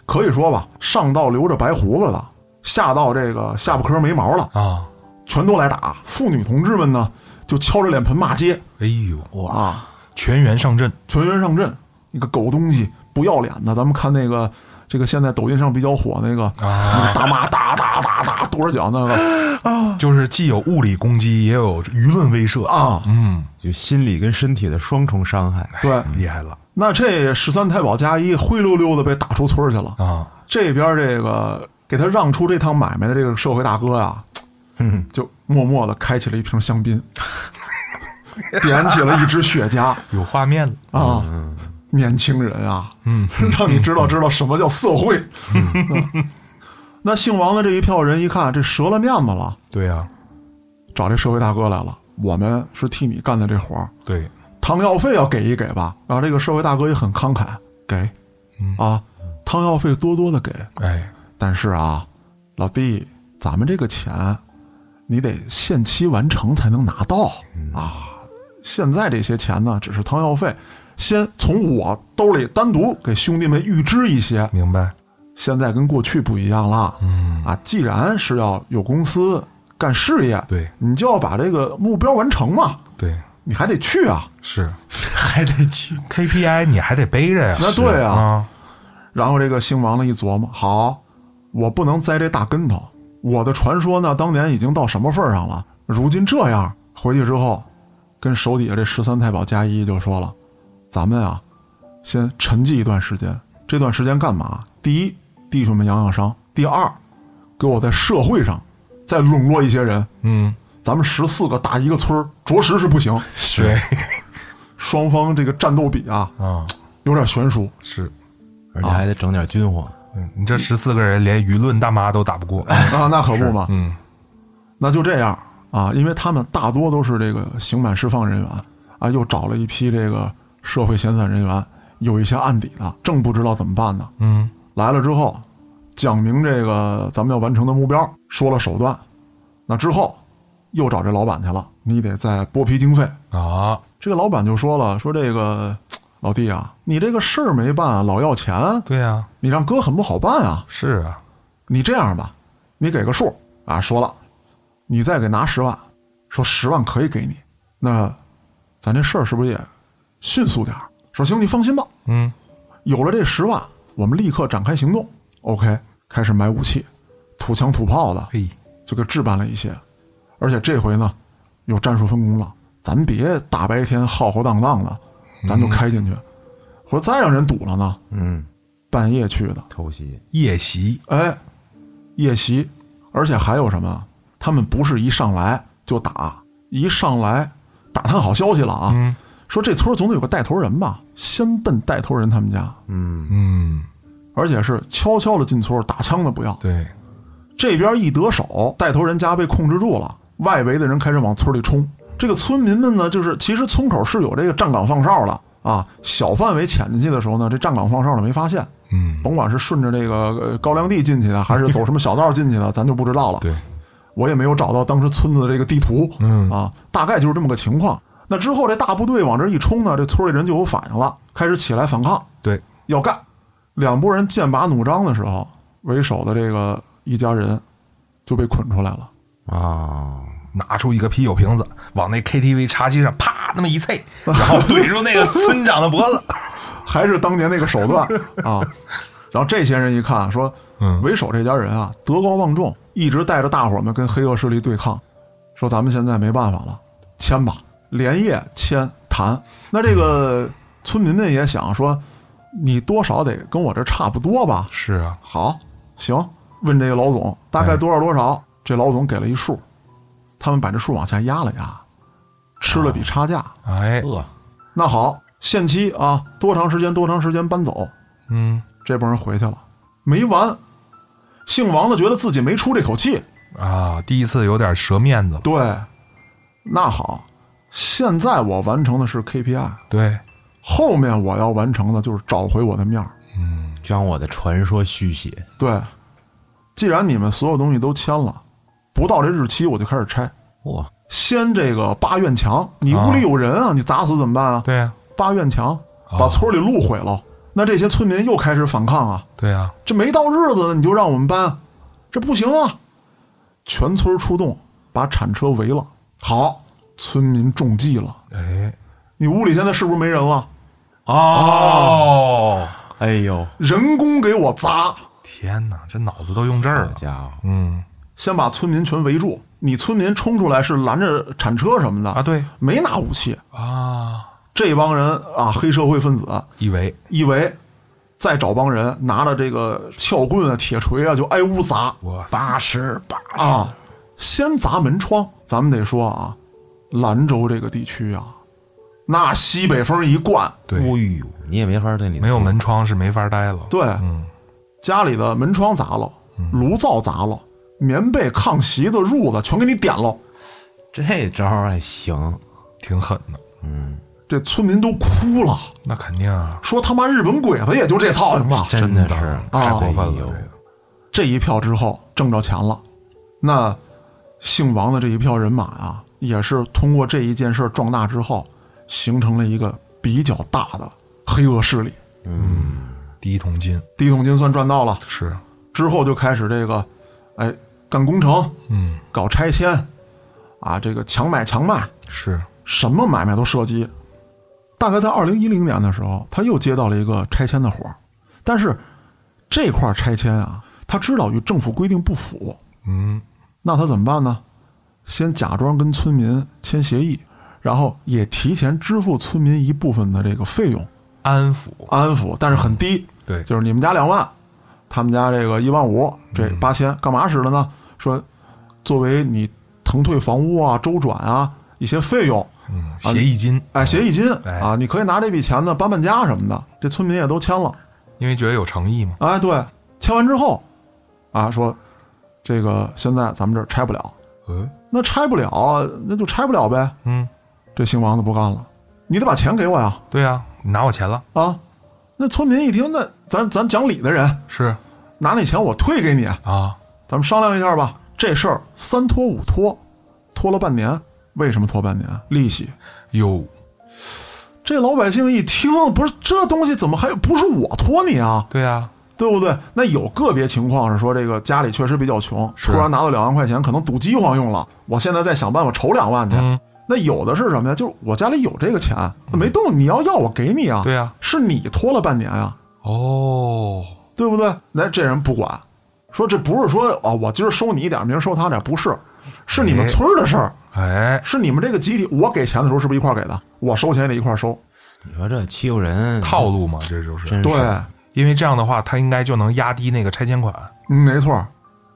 Speaker 1: 可以说吧，上到留着白胡子的，下到这个下巴颏没毛了，
Speaker 2: 啊，
Speaker 1: 全都来打。妇女同志们呢，就敲着脸盆骂街
Speaker 2: 哎呦，哇，
Speaker 1: 啊，
Speaker 2: 全员上阵，
Speaker 1: 全员上阵，你个狗东西，不要脸的！咱们看那个这个现在抖音上比较火那个、
Speaker 2: 啊
Speaker 1: 大妈打打打打跺着脚那个
Speaker 2: 就是既有物理攻击，也有舆论威慑。
Speaker 1: 啊，
Speaker 2: 嗯，
Speaker 3: 就心理跟身体的双重伤害。
Speaker 1: 对，
Speaker 2: 厉害了
Speaker 1: 那这十三太保加一灰溜溜的被打出村儿去了。
Speaker 2: 啊！
Speaker 1: 这边这个给他让出这趟买卖的这个社会大哥呀，
Speaker 3: 嗯，
Speaker 1: 就默默的开启了一瓶香槟，点起了一支雪茄
Speaker 2: 有画面了，
Speaker 1: 啊。 [LAUGHS] 年轻人啊，
Speaker 2: 嗯，
Speaker 1: 让你知道知道什么叫社会。嗯 [LAUGHS] 那姓王的这一票人一看，这折了面子了，
Speaker 2: 对啊呀，
Speaker 1: 找这社会大哥来了。我们是替你干的这活儿，
Speaker 2: 对，
Speaker 1: 汤药费要给一给吧。然后这个社会大哥也很慷慨，给
Speaker 2: 嗯，
Speaker 1: 啊，汤药费多多的给。
Speaker 2: 哎，
Speaker 1: 但是啊，老弟，咱们这个钱，你得限期完成才能拿到
Speaker 2: 嗯
Speaker 1: 啊。现在这些钱呢，只是汤药费，先从我兜里单独给兄弟们预支一些。
Speaker 2: 明白，
Speaker 1: 现在跟过去不一样了，
Speaker 2: 嗯，
Speaker 1: 啊，既然是要有公司干事业，
Speaker 2: 对
Speaker 1: 你就要把这个目标完成嘛，
Speaker 2: 对，
Speaker 1: 你还得去啊。
Speaker 2: 是
Speaker 3: 还得去
Speaker 2: KPI 你还得背着呀。
Speaker 1: 那对啊
Speaker 2: 啊，
Speaker 1: 然后这个姓王的一琢磨，好，我不能栽这大跟头。我的传说呢，当年已经到什么份儿上了？如今这样，回去之后，跟手底下这十三太保加一就说了，咱们啊，先沉寂一段时间。这段时间干嘛？第一，弟兄们养养伤；第二，给我在社会上再笼络一些人。
Speaker 2: 嗯，
Speaker 1: 咱们十四个打一个村儿，着实是不行。
Speaker 2: 是
Speaker 1: 双方这个战斗比啊，
Speaker 2: 啊，
Speaker 1: 有点悬殊。
Speaker 2: 是，
Speaker 3: 而且还得整点军火。
Speaker 2: 嗯，你这十四个人连舆论大妈都打不 [LAUGHS] 过。
Speaker 1: 啊，那可不嘛，
Speaker 2: 嗯，
Speaker 1: 那就这样啊，因为他们大多都是这个刑满释放人员啊，又找了一批这个社会闲散人员，有一些案底的，正不知道怎么办呢。
Speaker 2: 嗯，
Speaker 1: 来了之后，讲明这个咱们要完成的目标，说了手段，那之后又找这老板去了，你得再拨批经费。
Speaker 2: 啊，
Speaker 1: 这个老板就说了，说这个老弟啊，你这个事儿没办，老要钱，
Speaker 2: 对呀，
Speaker 1: 你让哥很不好办啊。
Speaker 2: 是啊，
Speaker 1: 你这样吧，你给个数啊，说了，你再给拿十万，说十万可以给你，那咱这事儿是不是也迅速点儿？说行，你放心吧，
Speaker 2: 嗯，
Speaker 1: 有了这十万，我们立刻展开行动。OK，开始买武器，土枪土炮的
Speaker 2: 嘿，
Speaker 1: 就给置办了一些，而且这回呢，有战术分工了，咱别大白天浩浩荡荡的，咱就开进去，或者再让人堵了呢，
Speaker 3: 嗯，
Speaker 1: 半夜去的，
Speaker 3: 偷袭
Speaker 2: 夜袭，
Speaker 1: 哎，夜袭，而且还有什么？他们不是一上来就打，一上来打探好消息了啊，
Speaker 2: 嗯
Speaker 1: 说这村儿总得有个带头人吧，先奔带头人他们家，
Speaker 2: 嗯，
Speaker 1: 而且是悄悄的进村儿，打枪的不要。
Speaker 2: 对，
Speaker 1: 这边一得手，带头人家被控制住了，外围的人开始往村里冲。这个村民们呢，就是其实村口是有这个站岗放哨的啊，小范围潜进去的时候呢，这站岗放哨的没发现，
Speaker 2: 嗯，
Speaker 1: 甭管是顺着这个呃高粱地进去的，还是走什么小道进去的，咱就不知道了。
Speaker 2: 对，
Speaker 1: 我也没有找到当时村子的这个地图，
Speaker 2: 嗯
Speaker 1: 啊，大概就是这么个情况。那之后这大部队往这一冲呢，这村里人就有反应了，开始起来反抗，
Speaker 2: 对，
Speaker 1: 要干。两拨人剑拔弩张的时候，为首的这个一家人就被捆出来了。
Speaker 3: 啊，
Speaker 2: 拿出一个啤酒瓶子，往那 KTV 茶几上啪那么一啐，然后怼住那个村长的脖子。
Speaker 1: 还是当年那个手段啊。然后这些人一看说
Speaker 2: [LAUGHS] 嗯，
Speaker 1: 为首这家人啊德高望重，一直带着大伙儿们跟黑恶势力对抗，说咱们现在没办法了，签吧，连夜签谈。那这个村民们也想说，你多少得跟我这差不多吧？
Speaker 2: 是啊，
Speaker 1: 好，行，问这个老总大概多少多少？这老总给了一数，他们把这数往下压了压，吃了笔差价。
Speaker 2: 哎，
Speaker 3: 这
Speaker 1: 那好，限期啊，多长时间？多长时间搬走？
Speaker 2: 嗯，
Speaker 1: 这帮人回去了，没完。姓王的觉得自己没出这口气，
Speaker 2: 啊，第一次有点折面子了。
Speaker 1: 对，那好，现在我完成的是 KPI，
Speaker 2: 对，
Speaker 1: 后面我要完成的就是找回我的面儿。
Speaker 3: 将我的传说续写。
Speaker 1: 对，既然你们所有东西都签了，不到这日期我就开始拆，
Speaker 3: 哇，
Speaker 1: 先这个八院墙，你屋里有人啊，你砸死怎么办啊？
Speaker 2: 对呀、
Speaker 1: 八院墙，把村里路毁了。那这些村民又开始反抗啊！
Speaker 2: 对啊，
Speaker 1: 这没到日子你就让我们搬，啊这不行啊！全村出动，把铲车围了。好，村民中计了。
Speaker 2: 哎，
Speaker 1: 你屋里现在是不是没人了？
Speaker 2: 啊哦，
Speaker 3: 啊哎呦，
Speaker 1: 人工给我砸，
Speaker 2: 天哪，这脑子都用这儿
Speaker 3: 好
Speaker 2: 了。
Speaker 3: 家伙，
Speaker 2: 嗯
Speaker 1: 先把村民全围住。你村民冲出来是拦着铲车什么的
Speaker 2: 啊，对
Speaker 1: 没拿武器。
Speaker 2: 啊，
Speaker 1: 这帮人啊，黑社会分子
Speaker 2: 一维
Speaker 1: 以为再找帮人拿着这个撬棍啊、铁锤啊，就挨屋砸
Speaker 2: 我八十八
Speaker 1: 啊，先砸门窗。咱们得说啊，兰州这个地区啊，那西北风一灌，
Speaker 2: 对，
Speaker 3: 哎呦，你也没法在里头
Speaker 2: 没有门窗是没法待了。
Speaker 1: 对，
Speaker 2: 嗯
Speaker 1: 家里的门窗砸了，炉灶砸了，棉被、炕席子、褥子全给你点了。
Speaker 3: 这招儿还行，
Speaker 2: 啊挺狠的，
Speaker 1: 这村民都哭了，
Speaker 2: 那肯定啊，
Speaker 1: 说他妈日本鬼子也就这操性吧。
Speaker 3: 真
Speaker 2: 的哦
Speaker 3: 的是
Speaker 2: 太过分了
Speaker 3: 哎呦
Speaker 2: 这个。
Speaker 1: 这一票之后挣着钱了，那姓王的这一票人马啊，也是通过这一件事壮大之后，形成了一个比较大的黑恶势力。
Speaker 2: 第一桶金
Speaker 1: 第一桶金算赚到了，
Speaker 2: 是，
Speaker 1: 之后就开始这个，哎，干工程、
Speaker 2: 嗯
Speaker 1: 搞拆迁，啊，这个强买强卖，
Speaker 2: 是，
Speaker 1: 什么买卖都涉及。大概在二零一零年的时候，他又接到了一个拆迁的活儿，但是这块儿拆迁啊，他知道与政府规定不符，
Speaker 2: 嗯
Speaker 1: 那他怎么办呢？先假装跟村民签协议，然后也提前支付村民一部分的这个费用，
Speaker 2: 安抚
Speaker 1: 安抚，但是很低，
Speaker 2: 对
Speaker 1: 就是你们家两万，他们家这个一万五，这八千，干嘛使的呢？说作为你腾退房屋啊、周转啊一些费用，
Speaker 2: 嗯协议金，
Speaker 1: 哎，协议金
Speaker 2: 哎
Speaker 1: 啊，你可以拿这笔钱呢搬搬家什么的，这村民也都签了。
Speaker 2: 因为觉得有诚意嘛，
Speaker 1: 哎，对，签完之后，啊，说这个现在咱们这儿拆不了，
Speaker 2: 嗯
Speaker 1: 那拆不了，那就拆不了呗。
Speaker 2: 嗯，
Speaker 1: 这姓王的不干了，你得把钱给我呀！
Speaker 2: 对啊，你拿我钱了，
Speaker 1: 啊，那村民一听，那咱咱讲理的人
Speaker 2: 是
Speaker 1: 拿那钱我退给你，
Speaker 2: 啊，
Speaker 1: 咱们商量一下吧。这事儿三拖五拖，拖了半年，为什么拖半年？利息。
Speaker 2: 有
Speaker 1: 这老百姓一听，不是这东西怎么还不是我拖你啊？
Speaker 2: 对啊，
Speaker 1: 对不对？那有个别情况是说，这个家里确实比较穷，
Speaker 2: 是
Speaker 1: 突然拿到两万块钱，可能赌饥荒用了。我现在在想办法筹两万去。
Speaker 2: 嗯
Speaker 1: 那有的是什么呀？就是我家里有这个钱，没动，你要要我给你啊。
Speaker 2: 对啊，
Speaker 1: 是你拖了半年啊，
Speaker 2: 哦，
Speaker 1: 对不对？那这人不管，说这不是说哦，我今儿收你一点，明儿收他点，不是，是你们村儿的事儿，
Speaker 2: 哎，
Speaker 1: 是你们这个集体。我给钱的时候是不是一块儿给的？我收钱也得一块儿收。
Speaker 3: 你说这欺负人
Speaker 2: 套，路嘛，这就是，
Speaker 3: 嗯真是
Speaker 1: 对，
Speaker 2: 因为这样的话，他应该就能压低那个拆迁款。
Speaker 1: 嗯没错儿。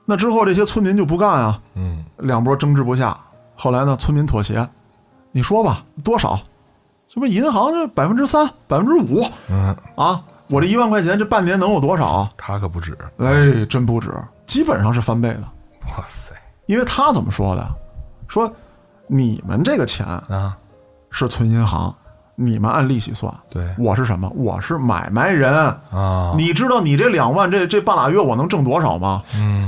Speaker 1: 那之后这些村民就不干啊，
Speaker 2: 嗯，
Speaker 1: 两波争执不下。后来呢，村民妥协，你说吧，多少？什么银行这百分之三、百分之五
Speaker 2: 嗯，
Speaker 1: 啊？我这一万块钱这半年能有多少？
Speaker 2: 他可不止。
Speaker 1: 哎，真不止，基本上是翻倍的。
Speaker 2: 哇塞
Speaker 1: 因为他怎么说的？说你们这个钱
Speaker 2: 啊！
Speaker 1: 是存银行，你们按利息算。
Speaker 2: 对
Speaker 1: 我是什么？我是买卖人。
Speaker 2: 啊，
Speaker 1: 你知道你这两万这这半拉月我能挣多少吗？
Speaker 2: 嗯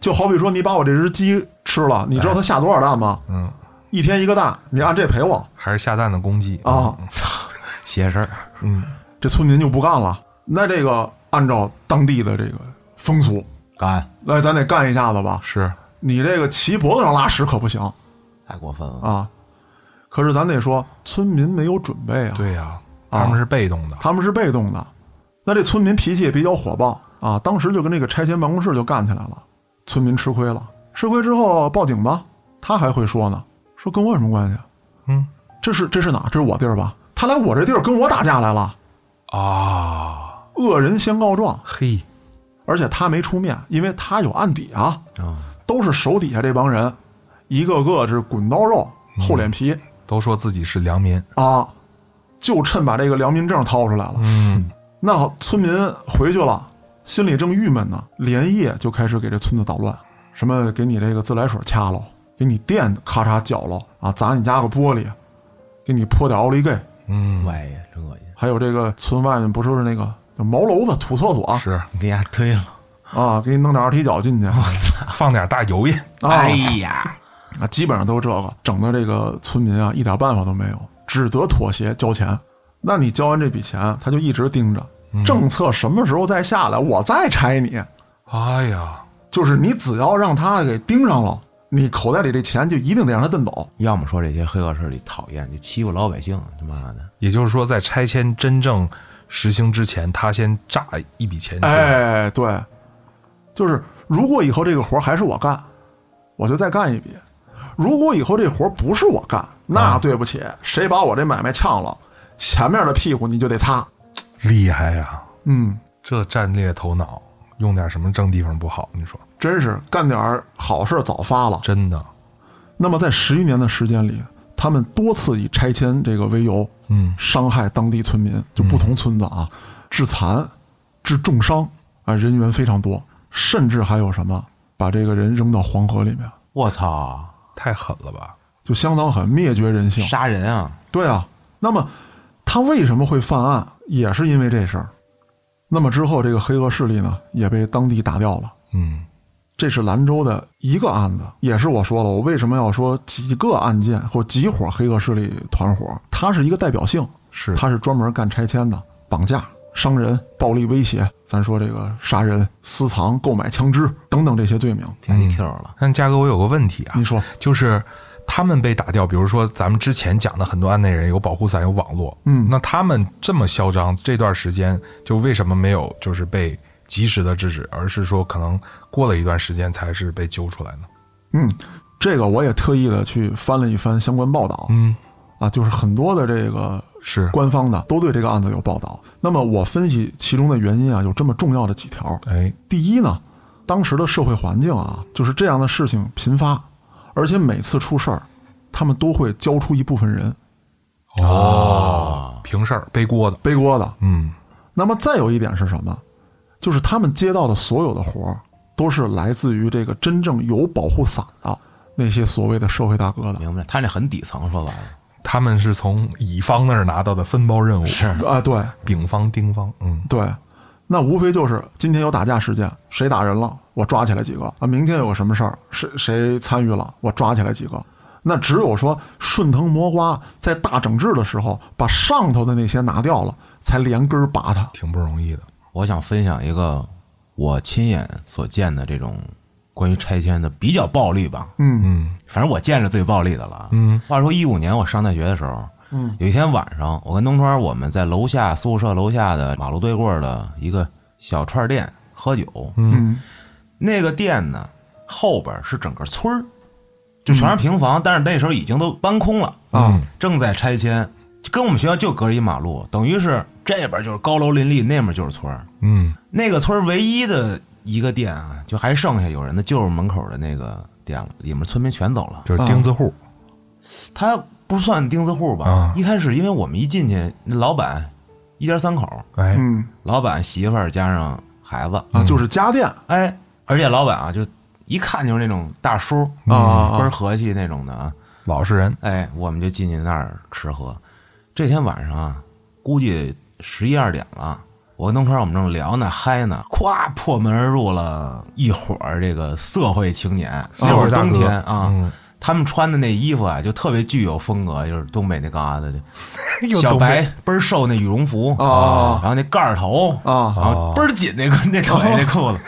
Speaker 1: 就好比说你把我这只鸡吃了，你知道它下多少蛋吗？
Speaker 2: 嗯，
Speaker 1: 一天一个蛋，你按这赔我
Speaker 2: 还是下蛋的公鸡
Speaker 1: 啊！
Speaker 3: 邪事儿，
Speaker 2: 嗯，
Speaker 1: 这村民就不干了。那这个按照当地的这个风俗，
Speaker 3: 干
Speaker 1: 来咱得干一下子吧。
Speaker 2: 是
Speaker 1: 你这个骑脖子上拉屎可不行
Speaker 3: 太过分了，
Speaker 1: 啊！可是咱得说，村民没有准备啊。
Speaker 2: 对呀、他们是被动的。
Speaker 1: 他们是被动的。那这村民脾气也比较火爆啊，当时就跟这个拆迁办公室就干起来了，村民吃亏了。吃亏之后报警吧，他还会说呢，说跟我有什么关系？啊
Speaker 2: 嗯
Speaker 1: 这是这是哪？这是我地儿吧？他来我这地儿跟我打架来了，
Speaker 2: 啊，
Speaker 1: 恶人先告状，
Speaker 2: 嘿，
Speaker 1: 而且他没出面，因为他有案底啊，
Speaker 3: 啊，
Speaker 1: 都是手底下这帮人，一个个是滚刀肉、厚脸皮、
Speaker 2: 都说自己是良民。
Speaker 1: 啊，就趁把这个良民证掏出来了。
Speaker 2: 嗯，
Speaker 1: 那好，村民回去了，心里正郁闷呢，连夜就开始给这村子捣乱，什么给你这个自来水掐喽，给你电咔嚓绞喽，啊，砸你家个玻璃，给你泼点奥利给，
Speaker 2: 嗯，
Speaker 3: 喂，真恶心，
Speaker 1: 还有这个村外面不是那个茅楼子土厕所啊
Speaker 2: 是
Speaker 3: 你给丫推了，
Speaker 1: 啊，给你弄点二踢脚进去，
Speaker 2: 放点大油烟。
Speaker 1: 啊
Speaker 3: 哎呀，
Speaker 1: 啊，基本上都是这个，整的这个村民啊一点办法都没有，只得妥协交钱。那你交完这笔钱，他就一直盯着政策什么时候再下来，我再拆你。
Speaker 2: 哎呀，
Speaker 1: 就是你只要让他给盯上了，你口袋里这钱就一定得让他蹬走。
Speaker 3: 要么说这些黑恶势力讨厌，就欺负老百姓，他妈的，
Speaker 2: 也就是说，在拆迁真正实行之前，他先炸一笔钱出来。
Speaker 1: 哎，对，就是如果以后这个活儿还是我干，我就再干一笔；如果以后这活儿不是我干，那对不起，谁把我这买卖呛了，前面的屁股你就得擦。
Speaker 2: 厉害呀！
Speaker 1: 嗯，
Speaker 2: 这战略头脑用点什么正地方不好？你说
Speaker 1: 真是干点儿好事儿早发了。
Speaker 2: 真的？
Speaker 1: 那么在十一年的时间里，他们多次以拆迁这个为由，
Speaker 2: 嗯
Speaker 1: 伤害当地村民，就不同村子啊，致残、致重伤啊，人员非常多，甚至还有什么把这个人扔到黄河里面，
Speaker 3: 我操，
Speaker 2: 太狠了吧！
Speaker 1: 就相当狠，灭绝人性。
Speaker 3: 杀人啊！
Speaker 2: 嗯
Speaker 1: 对啊，那么他为什么会犯案，也是因为这事儿。那么之后，这个黑恶势力呢，也被当地打掉了。
Speaker 2: 嗯，
Speaker 1: 这是兰州的一个案子，也是我说了，我为什么要说几个案件或几伙黑恶势力团伙？它是一个代表性，
Speaker 2: 是
Speaker 1: 它是专门干拆迁的、绑架、伤人、暴力威胁，咱说这个杀人、私藏、购买枪支等等这些罪名。
Speaker 3: 让你 Q 了，
Speaker 2: 嗯但嘉哥，我有个问题啊，
Speaker 1: 你说
Speaker 2: 就是他们被打掉，比如说咱们之前讲的很多案内人有保护伞，有网络，
Speaker 1: 嗯
Speaker 2: 那他们这么嚣张，这段时间就为什么没有就是被及时的制止，而是说可能过了一段时间才是被揪出来呢？
Speaker 1: 嗯，这个我也特意的去翻了一翻相关报道、
Speaker 2: 嗯，
Speaker 1: 啊，就是很多的这个
Speaker 2: 是，
Speaker 1: 官方的都对这个案子有报道。那么我分析其中的原因啊，有这么重要的几条。
Speaker 2: 哎，
Speaker 1: 第一呢，当时的社会环境啊，就是这样的事情频发，而且每次出事儿，他们都会交出一部分人
Speaker 2: 哦，平事儿背锅的，
Speaker 1: 背锅的。
Speaker 2: 嗯，
Speaker 1: 那么再有一点是什么？就是他们接到的所有的活儿，都是来自于这个真正有保护伞的那些所谓的社会大哥的。
Speaker 3: 啊明白？他这很底层，说白了，
Speaker 2: 他们是从乙方那儿拿到的分包任务，是
Speaker 1: 啊，对
Speaker 2: 丙方、丁方，嗯，
Speaker 1: 对，那无非就是今天有打架事件，谁打人了，我抓起来几个啊；明天有个什么事儿，谁谁参与了，我抓起来几个。那只有说顺藤摸瓜，在大整治的时候，把上头的那些拿掉了，才连根儿拔它。
Speaker 2: 挺不容易的，
Speaker 3: 我想分享一个我亲眼所见的这种关于拆迁的比较暴力吧，
Speaker 1: 嗯
Speaker 2: 嗯
Speaker 3: 反正我见着最暴力的了啊。
Speaker 2: 嗯
Speaker 3: 话说一五年我上大学的时候，
Speaker 1: 嗯，
Speaker 3: 有一天晚上，我跟东川我们在楼下宿舍楼下的马路对过的一个小串店喝酒，
Speaker 2: 嗯，
Speaker 1: 嗯
Speaker 3: 那个店呢后边是整个村儿，就全是平房，但是那时候已经都搬空了，
Speaker 1: 嗯啊，
Speaker 3: 正在拆迁，就跟我们学校就隔着一马路，等于是这边就是高楼林立，那边就是村儿。
Speaker 2: 嗯，
Speaker 3: 那个村儿唯一的一个店啊，就还剩下有人的，就是门口的那个店了，里面村民全走了。
Speaker 2: 就是钉子户，
Speaker 3: 他不算钉子户吧？
Speaker 2: 啊
Speaker 3: 一开始因为我们一进去，那老板一家三口，
Speaker 2: 哎，
Speaker 1: 嗯
Speaker 3: 老板媳妇儿加上孩子，
Speaker 1: 啊，就是家电啊
Speaker 3: 哎，而且老板啊，就一看就是那种大叔，
Speaker 1: 啊
Speaker 2: 嗯
Speaker 3: 倍儿
Speaker 1: 啊
Speaker 3: 和气那种的啊。
Speaker 2: 老实人，
Speaker 3: 哎，我们就进去那儿吃喝。这天晚上啊，估计十一二点了，我跟东川我们正聊呢，嗨呢，咵破门而入了一伙儿这个社会青年，
Speaker 2: 社
Speaker 3: 就
Speaker 2: 会
Speaker 3: 是
Speaker 2: 大哥
Speaker 3: 冬天啊。
Speaker 2: 嗯
Speaker 3: 他们穿的那衣服啊，就特别具有风格，就是东北那旮沓
Speaker 2: [LAUGHS] 又
Speaker 3: 就小
Speaker 2: 东北
Speaker 3: 白倍儿瘦那羽绒服
Speaker 1: 啊啊
Speaker 3: 然后那盖儿头
Speaker 1: 啊啊
Speaker 3: 然后倍儿紧那个那腿那裤子，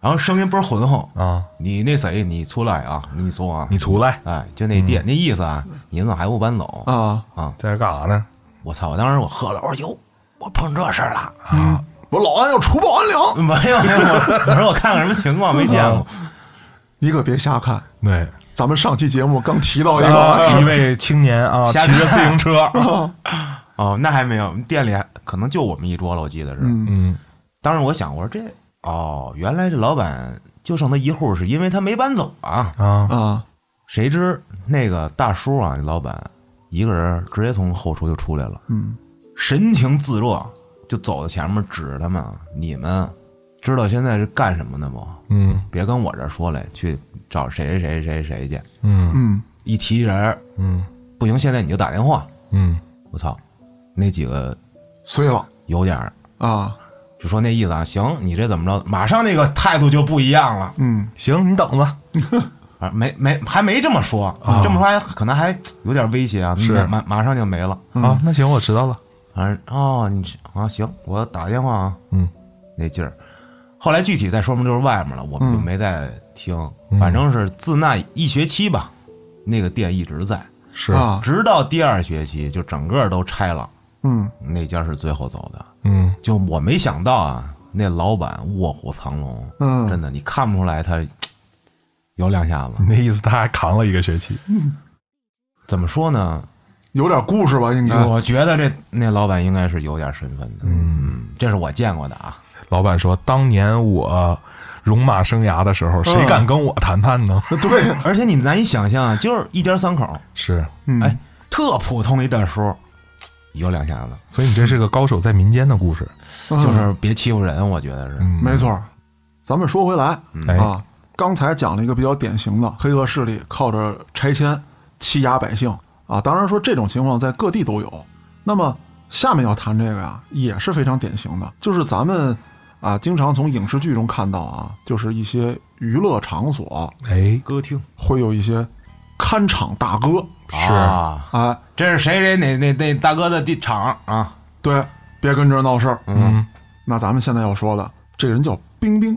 Speaker 3: 然后声音倍儿浑厚。
Speaker 2: 啊，
Speaker 3: 你那谁，你出来啊！你说啊，
Speaker 2: 你出来，
Speaker 3: 哎，就那店、那意思啊，你们怎么还不搬走？
Speaker 1: 啊！
Speaker 2: 在这干啥呢？
Speaker 3: 我操！我当时我喝了，我说哟，我碰这事儿了。
Speaker 1: 我老安要除暴安良，
Speaker 3: [LAUGHS] 没有没有，嗯我我说我看看什么情况，没见过。
Speaker 1: 你可别瞎看。
Speaker 2: 对，
Speaker 1: 咱们上期节目刚提到一个，
Speaker 2: 啊一位青年啊，骑
Speaker 3: 瞎
Speaker 2: 着自行车，啊
Speaker 3: 哦，那还没有，店里还可能就我们一桌了，我记得是。
Speaker 1: 嗯
Speaker 2: 嗯，
Speaker 3: 当时我想，我说这哦，原来这老板就剩他一户，是因为他没搬走啊。
Speaker 2: 啊，
Speaker 1: 啊
Speaker 3: 谁知那个大叔啊，老板一个人直接从后厨就出来了，
Speaker 1: 嗯
Speaker 3: 神情自若，就走到前面指着他们：“你们知道现在是干什么的不？
Speaker 2: 嗯
Speaker 3: 别跟我这儿说来，去找谁谁谁谁谁去。
Speaker 2: 嗯
Speaker 1: 嗯
Speaker 3: 一提人儿
Speaker 2: 嗯
Speaker 3: 不行，现在你就打电话。
Speaker 2: 嗯，
Speaker 3: 我操，那几个
Speaker 1: 碎了
Speaker 3: 有点儿
Speaker 1: 啊，
Speaker 3: 就说那意思啊，行，你这怎么着？马上那个态度就不一样了。
Speaker 1: 嗯
Speaker 2: 行，你等着，
Speaker 3: 啊，没没还没这么说，这么说还可能还有点威胁啊，
Speaker 2: 是
Speaker 3: 马马马上就没了。
Speaker 2: 啊，那行，我知道了，
Speaker 3: 反正哦，你去啊行，我打个电话啊，
Speaker 2: 嗯，
Speaker 3: 那劲儿。后来具体再说嘛，就是外面了，我们就没再听。反正是自那一学期吧，那个店一直在，
Speaker 2: 是，
Speaker 1: 啊，
Speaker 3: 直到第二学期就整个都拆了，
Speaker 1: 嗯，
Speaker 3: 那家是最后走的。
Speaker 2: 嗯，
Speaker 3: 就我没想到啊，那老板卧虎藏龙，
Speaker 1: 嗯
Speaker 3: 真的你看不出来他有两下子。
Speaker 2: 你那意思他还扛了一个学期，
Speaker 3: 怎么说呢？
Speaker 1: 有点故事吧，应该。
Speaker 3: 我觉得这那老板应该是有点身份的，嗯，这是我见过的啊。
Speaker 2: 老板说：“当年我戎马生涯的时候，谁敢跟我谈判呢？”
Speaker 1: [LAUGHS] 对，
Speaker 3: 而且你难以想象啊，就是一家三口，
Speaker 2: 是，
Speaker 1: 嗯
Speaker 3: 哎，特普通一大叔，有两下子，
Speaker 2: 所以你这是个高手在民间的故事。
Speaker 1: 就
Speaker 3: 就是别欺负人，我觉得是，
Speaker 2: 嗯，
Speaker 1: 嗯没错儿。咱们说回来
Speaker 2: 哎
Speaker 1: 啊，刚才讲了一个比较典型的黑恶势力靠着拆迁欺压百姓啊，当然说这种情况在各地都有。那么下面要谈这个呀、也是非常典型的，就是咱们啊经常从影视剧中看到啊，就是一些娱乐场所
Speaker 2: 哎，
Speaker 3: 歌厅
Speaker 1: 会有一些看场大哥，
Speaker 2: 是
Speaker 3: 啊，
Speaker 1: 哎，
Speaker 3: 这是谁谁哪哪哪大哥的地场啊？
Speaker 1: 对，别跟这儿闹事儿。
Speaker 2: 嗯，
Speaker 1: 那咱们现在要说的这人叫冰冰，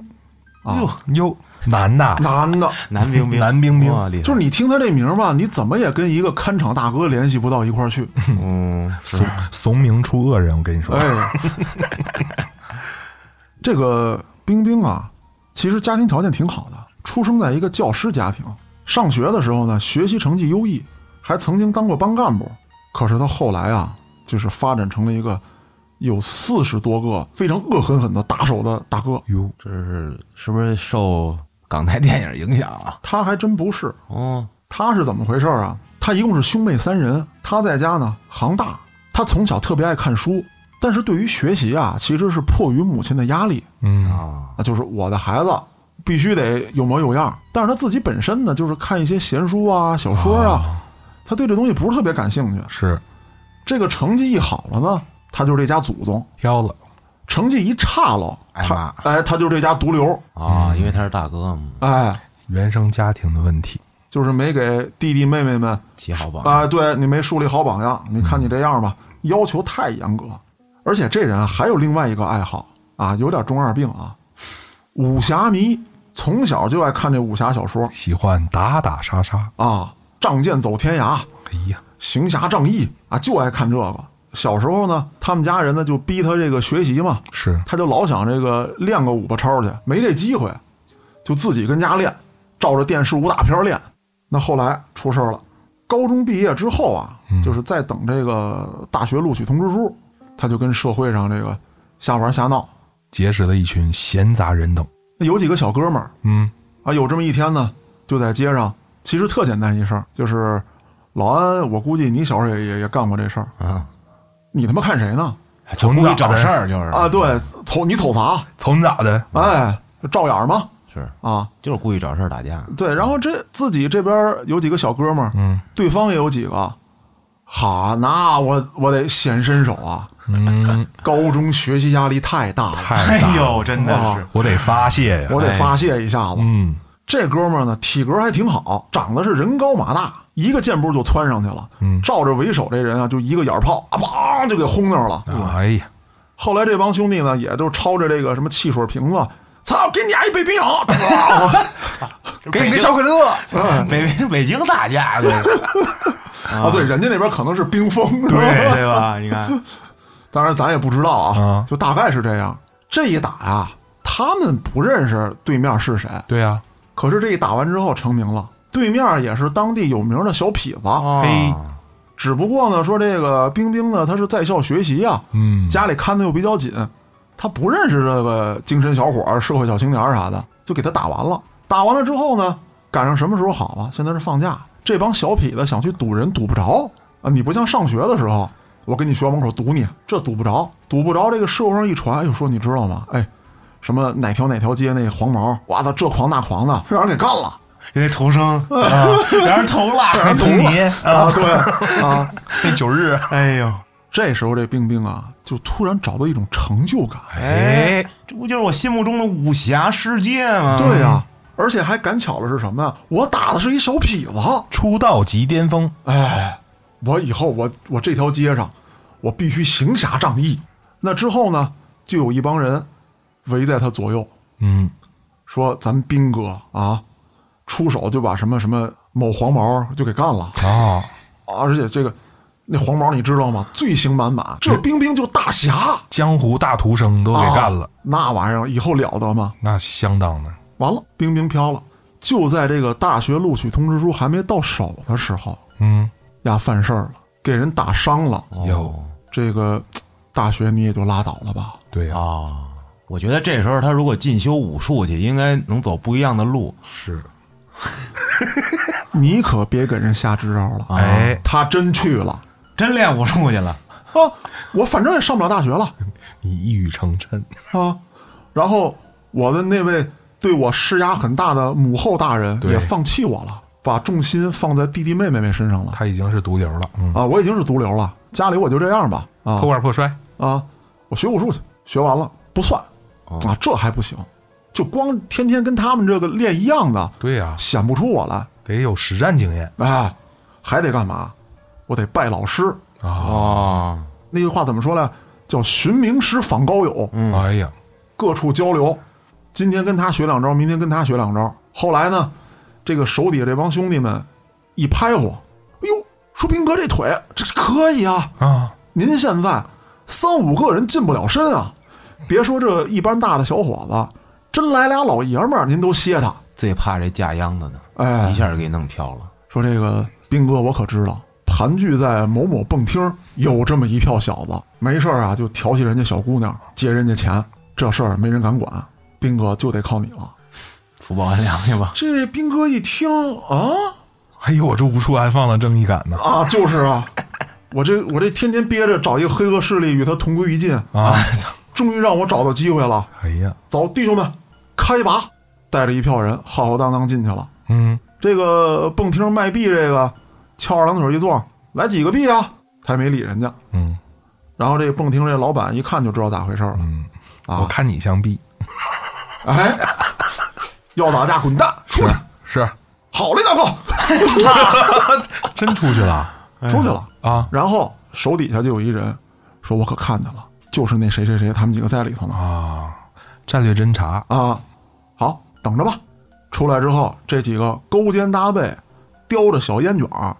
Speaker 1: 啊，
Speaker 2: 哟，男的，
Speaker 1: 男的。
Speaker 3: [LAUGHS] 男冰冰，
Speaker 2: 男冰冰
Speaker 3: 哇厉害
Speaker 1: 就是你听他这名儿吧，你怎么也跟一个看场大哥联系不到一块儿去。
Speaker 3: 嗯，
Speaker 2: 怂怂名出恶人，我跟你说，
Speaker 1: 哎， [LAUGHS] 这个冰冰啊，其实家庭条件挺好的，出生在一个教师家庭，上学的时候呢，学习成绩优异，还曾经当过班干部。可是他后来啊，就是发展成了一个有四十多个非常恶狠狠的打手的大哥。
Speaker 2: 哟，
Speaker 3: 这是是不是受港台电影影响啊？
Speaker 1: 他还真不是，
Speaker 3: 哦，
Speaker 1: 他是怎么回事儿啊？他一共是兄妹三人，他在家呢行大，他从小特别爱看书，但是对于学习啊，其实是迫于母亲的压力
Speaker 2: 嗯，
Speaker 3: 啊，
Speaker 1: 啊，就是我的孩子必须得有模有样。但是他自己本身呢，就是看一些闲书啊、小说啊，他对这东西不是特别感兴趣。
Speaker 2: 是
Speaker 1: 这个成绩一好了呢，他就是这家祖宗；
Speaker 2: 飘了，
Speaker 1: 成绩一差了，
Speaker 3: 哎
Speaker 1: 他
Speaker 3: 妈
Speaker 1: 哎，他就是这家毒瘤，
Speaker 3: 啊，因为他是大哥嘛，
Speaker 1: 哎，
Speaker 2: 原生家庭的问题，
Speaker 1: 就是没给弟弟妹妹们
Speaker 3: 起好榜
Speaker 1: 啊，对你没树立好榜样，你看你这样吧，要求太严格。而且这人还有另外一个爱好啊，有点中二病啊，武侠迷，从小就爱看这武侠小说
Speaker 2: 喜欢打打杀杀，
Speaker 1: 啊，仗剑走天涯，
Speaker 2: 哎呀，
Speaker 1: 行侠仗义啊，就爱看这个。小时候呢，他们家人呢就逼他这个学习嘛，
Speaker 2: 是
Speaker 1: 他就老想这个练个五八超去，没这机会，就自己跟家练，照着电视武打片练。那后来出事儿了，高中毕业之后啊，就是在等这个大学录取通知书，他就跟社会上这个瞎玩瞎闹。
Speaker 2: 结识了一群闲杂人等，
Speaker 1: 那有几个小哥们儿
Speaker 2: 嗯，
Speaker 1: 啊，有这么一天呢，就在街上，其实特简单一事儿，就是老安，我估计你小时候也也也干过这事儿，
Speaker 3: 啊，
Speaker 1: 你他妈看谁呢？
Speaker 2: 哎
Speaker 3: 从故意找事儿就是
Speaker 1: 啊，对，瞅你瞅啥？
Speaker 2: 从咋的？
Speaker 1: 哎，照眼儿吗？
Speaker 3: 是
Speaker 1: 啊，
Speaker 3: 就是故意找事儿打架，
Speaker 1: 对，然后这自己这边儿有几个小哥们儿，
Speaker 2: 嗯
Speaker 1: 对方也有几个，好，那我我得显身手啊！
Speaker 2: 嗯，
Speaker 1: 高中学习压力太大了，
Speaker 2: 太大了，
Speaker 4: 哎呦，真的
Speaker 1: 啊
Speaker 4: 是，
Speaker 2: 哎我得发泄呀，
Speaker 1: 我得发泄一下子。
Speaker 2: 嗯，
Speaker 1: 这哥们儿呢，体格还挺好，长得是人高马大，一个箭步就窜上去了，
Speaker 2: 嗯
Speaker 1: 照着为首这人啊，就一个眼儿炮，啊梆就给轰那儿了。
Speaker 2: 哎呀，
Speaker 1: 后来这帮兄弟呢，也都抄着这个什么汽水瓶子，操，给你家一北冰啊洋，哇
Speaker 2: 给你个小可乐，
Speaker 3: 北北北京打架的，
Speaker 1: 啊，对，人家那边可能是冰封，对
Speaker 3: 对对吧？你看，
Speaker 1: 当然咱也不知道啊，
Speaker 2: 啊
Speaker 1: 就大概是这样。这一打呀、他们不认识对面是谁，
Speaker 2: 对啊呀，
Speaker 1: 可是这一打完之后成名了，对面也是当地有名的小痞子，
Speaker 3: 啊
Speaker 2: 嘿
Speaker 1: 只不过呢说这个冰冰呢，他是在校学习呀、啊
Speaker 2: 嗯，
Speaker 1: 家里看的又比较紧，他不认识这个精神小伙儿、社会小青年儿啥的，就给他打完了。打完了之后呢，赶上什么时候好啊？现在是放假，这帮小痞子想去堵人，堵不着啊！你不像上学的时候，我跟你学校门口堵你，这堵不着，堵不着。这个社会上一传，哎呦，说你知道吗？哎，什么哪条哪条街那黄毛，哇操，这狂那狂的，让人给干了。
Speaker 3: 人家投生，让人投了，
Speaker 2: 东尼啊，
Speaker 1: 对啊，
Speaker 2: 那九日，
Speaker 3: 哎呦，
Speaker 1: 这时候这冰冰啊，就突然找到一种成就感，
Speaker 2: 哎，
Speaker 3: 这不就是我心目中的武侠世界吗？
Speaker 1: 对呀、而且还赶巧了是什么呀？我打的是一小痞子，
Speaker 2: 出道即巅峰，
Speaker 1: 哎，我以后我我这条街上，我必须行侠仗义。那之后呢，就有一帮人围在他左右，
Speaker 2: 嗯
Speaker 1: 说咱兵哥啊，出手就把什么什么某黄毛就给干了
Speaker 2: 哦，
Speaker 1: 啊！而且这个那黄毛你知道吗？罪行满满，这冰冰就是大侠，
Speaker 2: 江湖大徒生都给干了
Speaker 1: 啊，那玩意儿以后了得吗？
Speaker 2: 那相当的，
Speaker 1: 完了，冰冰飘了。就在这个大学录取通知书还没到手的时候，
Speaker 2: 嗯，
Speaker 1: 呀犯事儿了，给人打伤了。
Speaker 2: 有
Speaker 1: 这个大学你也就拉倒了吧。
Speaker 2: 对呀，
Speaker 3: 啊。我觉得这时候他如果进修武术去，应该能走不一样的路。
Speaker 2: 是，
Speaker 1: 你可别给人瞎支招了。
Speaker 3: 啊
Speaker 2: 哎，
Speaker 1: 他真去了
Speaker 3: 真练武术去了，
Speaker 1: 啊！我反正也上不了大学了
Speaker 2: 你一语成谶，
Speaker 1: 啊。然后我的那位对我施压很大的母后大人
Speaker 2: 对
Speaker 1: 也放弃我了，把重心放在弟弟妹妹们身上了
Speaker 2: 他已经是毒瘤了，嗯，
Speaker 1: 啊！我已经是毒瘤了，家里我就这样吧啊
Speaker 2: 破罐破摔，
Speaker 1: 啊！我学武术去，学完了不算啊，这还不行，就光天天跟他们这个练一样的，
Speaker 2: 对呀，
Speaker 1: 显不出我来。
Speaker 2: 得有实战经验
Speaker 1: 哎，还得干嘛？我得拜老师。
Speaker 2: 啊，
Speaker 3: 哦，
Speaker 1: 那句话怎么说呢？叫“寻名师访高友
Speaker 3: 嗯
Speaker 2: 哎呀，”，
Speaker 1: 各处交流。今天跟他学两招，明天跟他学两招。后来呢，这个手底下这帮兄弟们一拍我，哎呦，说兵哥这腿这可以啊！
Speaker 2: 啊，
Speaker 1: 您现在三五个人近不了身啊，别说这一般大的小伙子，真来俩老爷们儿，您都歇他。
Speaker 3: 最怕这架秧子呢，
Speaker 1: 哎
Speaker 3: 一下给弄飘了。
Speaker 1: 说这个兵哥，我可知道，盘踞在某某蹦厅有这么一票小子，没事儿啊就调戏人家小姑娘，借人家钱，这事儿没人敢管，兵哥就得靠你了。
Speaker 3: 福报安良去吧。
Speaker 1: 这兵哥一听啊
Speaker 2: 还哎有我这无处安放的正义感呢，
Speaker 1: 啊，就是啊，我这我这天天憋着找一个黑恶势力与他同归于尽，
Speaker 2: 啊，
Speaker 1: 终于让我找到机会了，
Speaker 2: 哎呀，
Speaker 1: 走，弟兄们，开拔！带着一票人浩浩荡荡进去了。
Speaker 2: 嗯，
Speaker 1: 这个蹦厅卖币，这个翘二郎腿一坐，来几个币啊？他也没理人家。
Speaker 2: 嗯
Speaker 1: 然后这蹦厅这老板一看就知道咋回事儿了，
Speaker 2: 嗯，
Speaker 1: 啊
Speaker 2: 我看你像 B，
Speaker 1: 哎，要打架滚蛋出去！
Speaker 2: 是，
Speaker 1: 好嘞，大哥，
Speaker 2: 真出去了
Speaker 1: 出去了。
Speaker 2: [LAUGHS] 啊
Speaker 1: 然后手底下就有一人说：“我可看见了，就是那谁谁谁他们几个在里头呢。
Speaker 2: 啊，战略侦查”，
Speaker 1: 啊，好，等着吧。出来之后，这几个勾肩搭背，叼着小烟卷儿，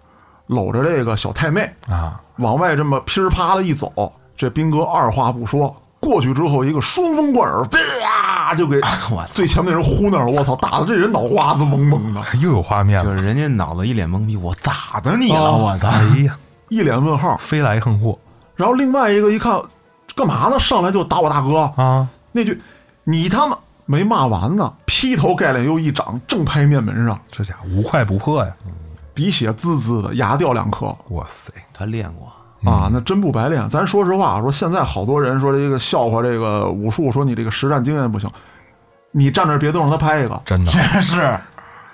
Speaker 1: 搂着这个小太妹，
Speaker 2: 啊，
Speaker 1: 往外这么噼儿啪的一走，这兵哥二话不说过去之后，一个双风贯耳，啪就给
Speaker 3: [LAUGHS] 我操
Speaker 1: 最前面那人呼那儿了。我操，打的这人脑瓜子嗡嗡的，
Speaker 2: 又有画面
Speaker 3: 就
Speaker 2: 了，
Speaker 3: 是人家脑子一脸懵逼，我咋的你了？
Speaker 1: 啊
Speaker 3: 我操！
Speaker 2: 哎呀，
Speaker 1: 一脸问号。
Speaker 2: 飞来横祸
Speaker 1: 然后另外一个一看，干嘛呢？上来就打我大哥，
Speaker 2: 啊，
Speaker 1: 那句“你他妈”没骂完呢，劈头盖脸又一掌，正拍面门上，
Speaker 2: 这家伙无快不破呀，
Speaker 1: 鼻血滋滋的，牙掉两颗。
Speaker 2: 哇塞，
Speaker 3: 他练过，
Speaker 1: 啊，那真不白练。咱说实话，说现在好多人说这个笑话这个武术，说你这个实战经验不行，你站那儿别动，让他拍一个，
Speaker 2: 真的
Speaker 3: 这是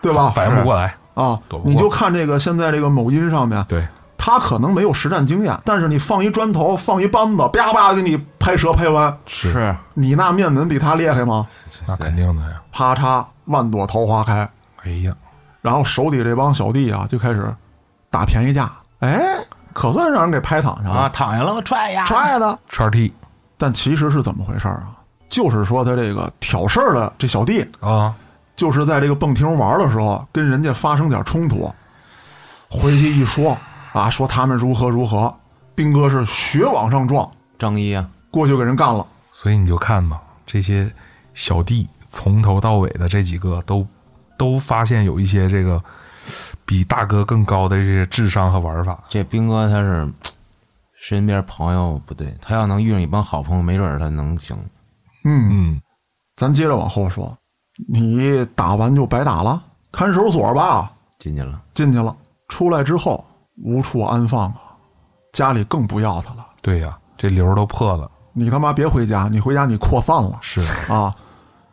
Speaker 1: 对吧？
Speaker 2: 反应不过来，
Speaker 1: 啊
Speaker 2: 躲不，过
Speaker 1: 你就看这个现在这个某音上面，
Speaker 2: [LAUGHS] 对，
Speaker 1: 他可能没有实战经验，但是你放一砖头，放一扳子，啪啪给你拍折拍弯，
Speaker 2: 是，
Speaker 1: 你那面门比他厉害吗？
Speaker 2: 那肯定的呀，
Speaker 1: 啪嚓，万朵桃花开，
Speaker 2: 哎呀，
Speaker 1: 然后手底这帮小弟啊就开始打便宜价，哎，可算让人给拍躺下
Speaker 3: 啊，
Speaker 1: 了，
Speaker 3: 躺下了，我踹呀！
Speaker 1: 踹的。
Speaker 2: 圈 T
Speaker 1: 但其实是怎么回事儿啊？就是说他这个挑事儿的这小弟，
Speaker 2: 啊，
Speaker 1: 就是在这个蹦厅玩的时候跟人家发生点冲突，回去一说啊，说他们如何如何，兵哥是血往上撞，
Speaker 3: 张一啊，
Speaker 1: 过去给人干了。
Speaker 2: 所以你就看吧，这些小弟从头到尾的这几个都都发现有一些这个比大哥更高的这些智商和玩法，
Speaker 3: 这兵哥他是身边朋友不对，他要能遇上一帮好朋友，没准儿他能行。
Speaker 1: 嗯，
Speaker 2: 嗯，
Speaker 1: 咱接着往后说，你打完就白打了，看守所吧，
Speaker 3: 进去了，
Speaker 1: 进去了，出来之后无处安放啊，家里更不要他了。
Speaker 2: 对呀、这瘤都破了，
Speaker 1: 你他妈别回家，你回家你扩散了。
Speaker 2: [LAUGHS] 是，
Speaker 1: 啊，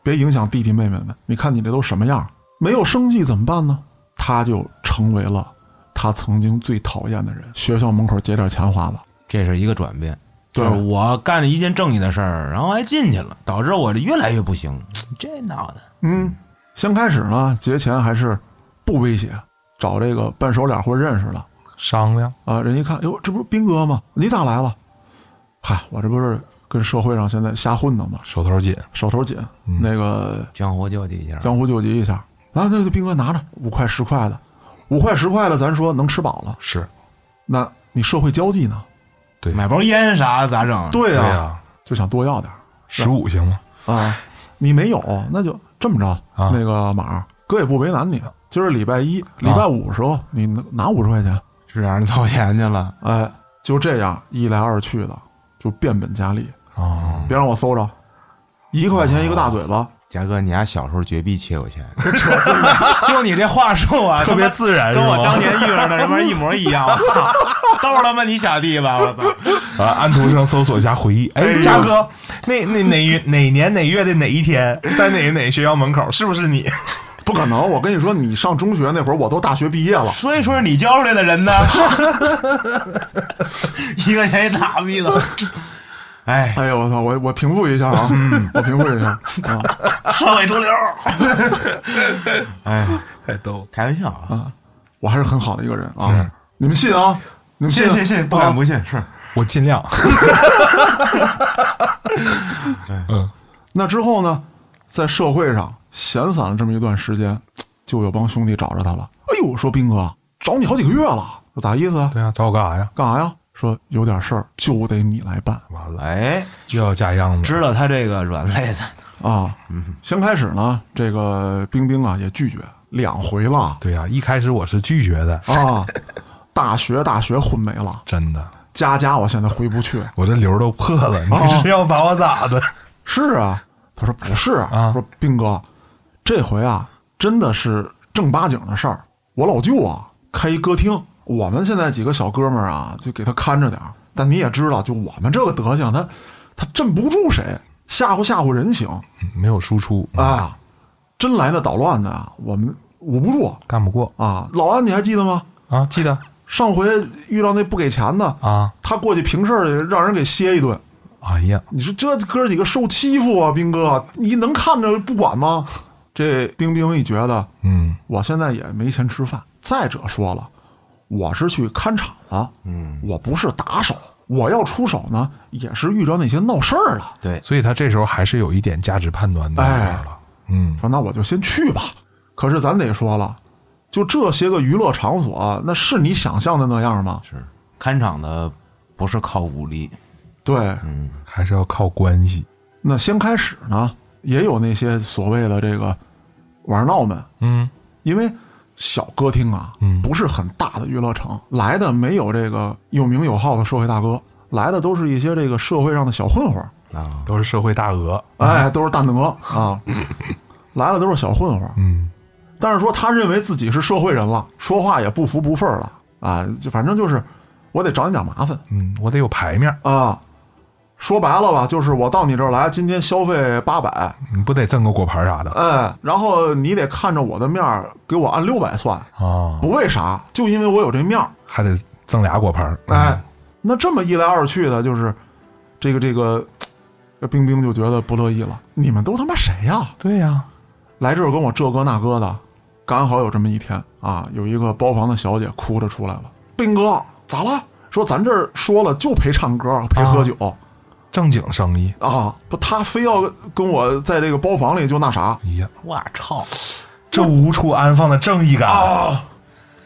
Speaker 1: 别影响弟弟妹妹们。你看你这都什么样？没有生计怎么办呢？他就成为了他曾经最讨厌的人。学校门口借点钱花吧。
Speaker 3: 这是一个转变。
Speaker 1: 对
Speaker 3: 就是我干了一件正义的事儿，然后还进去了，导致我这越来越不行。这闹的，
Speaker 1: 嗯，先开始呢，劫钱还是不威胁，找这个半熟脸或认识的
Speaker 2: 商量
Speaker 1: 啊。人一看，哟，这不是斌哥吗？你咋来了？嗨，我这不是跟社会上现在瞎混呢吗？
Speaker 2: 手头紧，
Speaker 1: 手头紧，那个
Speaker 3: 江湖救济一下，
Speaker 1: 江湖救济一下。啊，那个兵哥拿着五块十块的，五块十块的，咱说能吃饱了。
Speaker 2: 是
Speaker 1: 那你社会交际呢？
Speaker 2: 对，
Speaker 3: 买包烟啥的咋整？啊
Speaker 1: 对
Speaker 2: 对啊
Speaker 1: 呀、
Speaker 2: 呀，
Speaker 1: 就想多要点儿
Speaker 2: 十五行吗？
Speaker 1: 啊。你没有，那就这么着。
Speaker 2: 啊
Speaker 1: 那个马儿哥也不为难你，今儿礼拜一、礼拜五时候，
Speaker 2: 啊
Speaker 1: 你拿拿五十块钱，
Speaker 3: 是让人掏钱去了，
Speaker 1: 哎，就这样一来二去的，就变本加厉，
Speaker 2: 啊，
Speaker 1: 别让我搜着。一块钱一个大嘴巴，
Speaker 3: 佳哥，你家小时候绝逼缺有钱，就你这话术啊，
Speaker 2: 特别自然，
Speaker 4: 跟我
Speaker 2: 是吗
Speaker 4: 当年遇上的他妈一模一样，我
Speaker 2: [LAUGHS]
Speaker 4: 操，都是他妈你小弟吧，我操，
Speaker 2: 啊，安徒生搜索一下回 [LAUGHS] 忆。哎，嘉哥，那那哪哪年哪月的哪一天，在哪哪学校门口，是不是你？ [LAUGHS]
Speaker 1: 不可能！我跟你说，你上中学那会儿，我都大学毕业了。
Speaker 2: 嗯
Speaker 4: 所以说是你教出来的
Speaker 3: [LAUGHS]
Speaker 4: 人呢，一块钱一大逼的，哎，
Speaker 1: 哎呦我操！我我平复一下啊，
Speaker 2: 嗯
Speaker 1: 我平复一下啊。
Speaker 4: 社会毒瘤，
Speaker 3: 哎，
Speaker 2: 太逗，
Speaker 3: 开玩笑啊，
Speaker 1: 我还是很好的一个人
Speaker 2: 嗯
Speaker 1: 啊，你们信啊？你们信
Speaker 3: 信
Speaker 1: 啊
Speaker 3: 信信，不敢不信，是
Speaker 2: 我尽 [LAUGHS] 量。嗯，
Speaker 1: 那之后呢，在社会上闲散了这么一段时间，就有帮兄弟找着他了。哎呦，说斌哥，找你好几个月了，我咋意思啊？
Speaker 2: 对啊，找我干啥呀？
Speaker 1: 干啥呀？说有点事儿就得你来办
Speaker 2: 完了，
Speaker 3: 哎，
Speaker 2: 又要架秧子。
Speaker 3: 知道他这个软肋在哪，
Speaker 1: 啊。先开始呢，这个冰冰啊也拒绝两回了
Speaker 2: 对呀、一开始我是拒绝的，
Speaker 1: 啊。 [LAUGHS] 大学大学混没了，
Speaker 2: 真的，
Speaker 1: 家家我现在回不去。
Speaker 2: 我这瘤都破了，你是要把我咋 [LAUGHS] 的？
Speaker 1: 是啊，他说不是
Speaker 2: 啊
Speaker 1: 说兵哥，这回啊真的是正八经的事儿。我老舅啊开一歌厅，我们现在几个小哥们儿啊就给他看着点儿。但你也知道，就我们这个德行，他他镇不住谁，吓唬吓唬人行
Speaker 2: 没有输出，嗯
Speaker 1: 啊。真来那捣乱的啊，我们捂不住
Speaker 2: 干不过
Speaker 1: 啊。老安，你还记得吗？
Speaker 2: 啊！记得
Speaker 1: 上回遇到那不给钱的，
Speaker 2: 啊，
Speaker 1: 他过去平事儿让人给歇一顿。
Speaker 2: 哎呀，
Speaker 1: 你说这哥几个受欺负啊，兵哥，你能看着不管吗？这冰冰一觉得，
Speaker 2: 嗯，
Speaker 1: 我现在也没钱吃饭。再者说了，我是去看场了，嗯，我不是打手，我要出手呢，也是遇着那些闹事儿了。
Speaker 3: 对，
Speaker 2: 所以他这时候还是有一点价值判断在里边了。嗯，
Speaker 1: 说那我就先去吧。可是咱得说了，就这些个娱乐场所，那是你想象的那样吗？
Speaker 3: 是看场的不是靠武力，
Speaker 1: 对，
Speaker 2: 还是要靠关系。
Speaker 1: 那先开始呢，也有那些所谓的这个玩闹们，
Speaker 2: 嗯，
Speaker 1: 因为小歌厅啊，
Speaker 2: 嗯
Speaker 1: 不是很大的娱乐城，来的没有这个有名有号的社会大哥，来的都是一些这个社会上的小混混儿，
Speaker 3: 啊，
Speaker 2: 都是社会大鹅。
Speaker 1: 哎，都是大哪
Speaker 2: [LAUGHS]
Speaker 1: 啊，来的都是小混混儿。
Speaker 2: 嗯，
Speaker 1: 但是说他认为自己是社会人了，说话也不服不忿儿了啊，就反正就是我得找你点麻烦
Speaker 2: 嗯，我得有牌面儿，
Speaker 1: 啊。说白了吧，就是我到你这儿来，今天消费八百，
Speaker 2: 你不得赠个果盘啥的
Speaker 1: 哎，然后你得看着我的面儿给我按六百算，
Speaker 2: 啊？
Speaker 1: 不为啥，就因为我有这面儿，
Speaker 2: 还得赠俩果盘儿。嗯
Speaker 1: 哎，那这么一来二去的，就是这个这个，这冰冰就觉得不乐意了。你们都他妈谁呀、
Speaker 2: 对呀，
Speaker 1: 来这儿跟我这哥那哥的，刚好有这么一天啊，有一个包房的小姐哭着出来了：“冰哥，咋了？说咱这儿说了就陪唱歌陪喝酒
Speaker 2: 正经生意。
Speaker 1: 啊不，他非要跟我在这个包房里就那啥
Speaker 2: 哎呀，
Speaker 3: 我操，
Speaker 2: 这无处安放的正义感。
Speaker 1: 啊，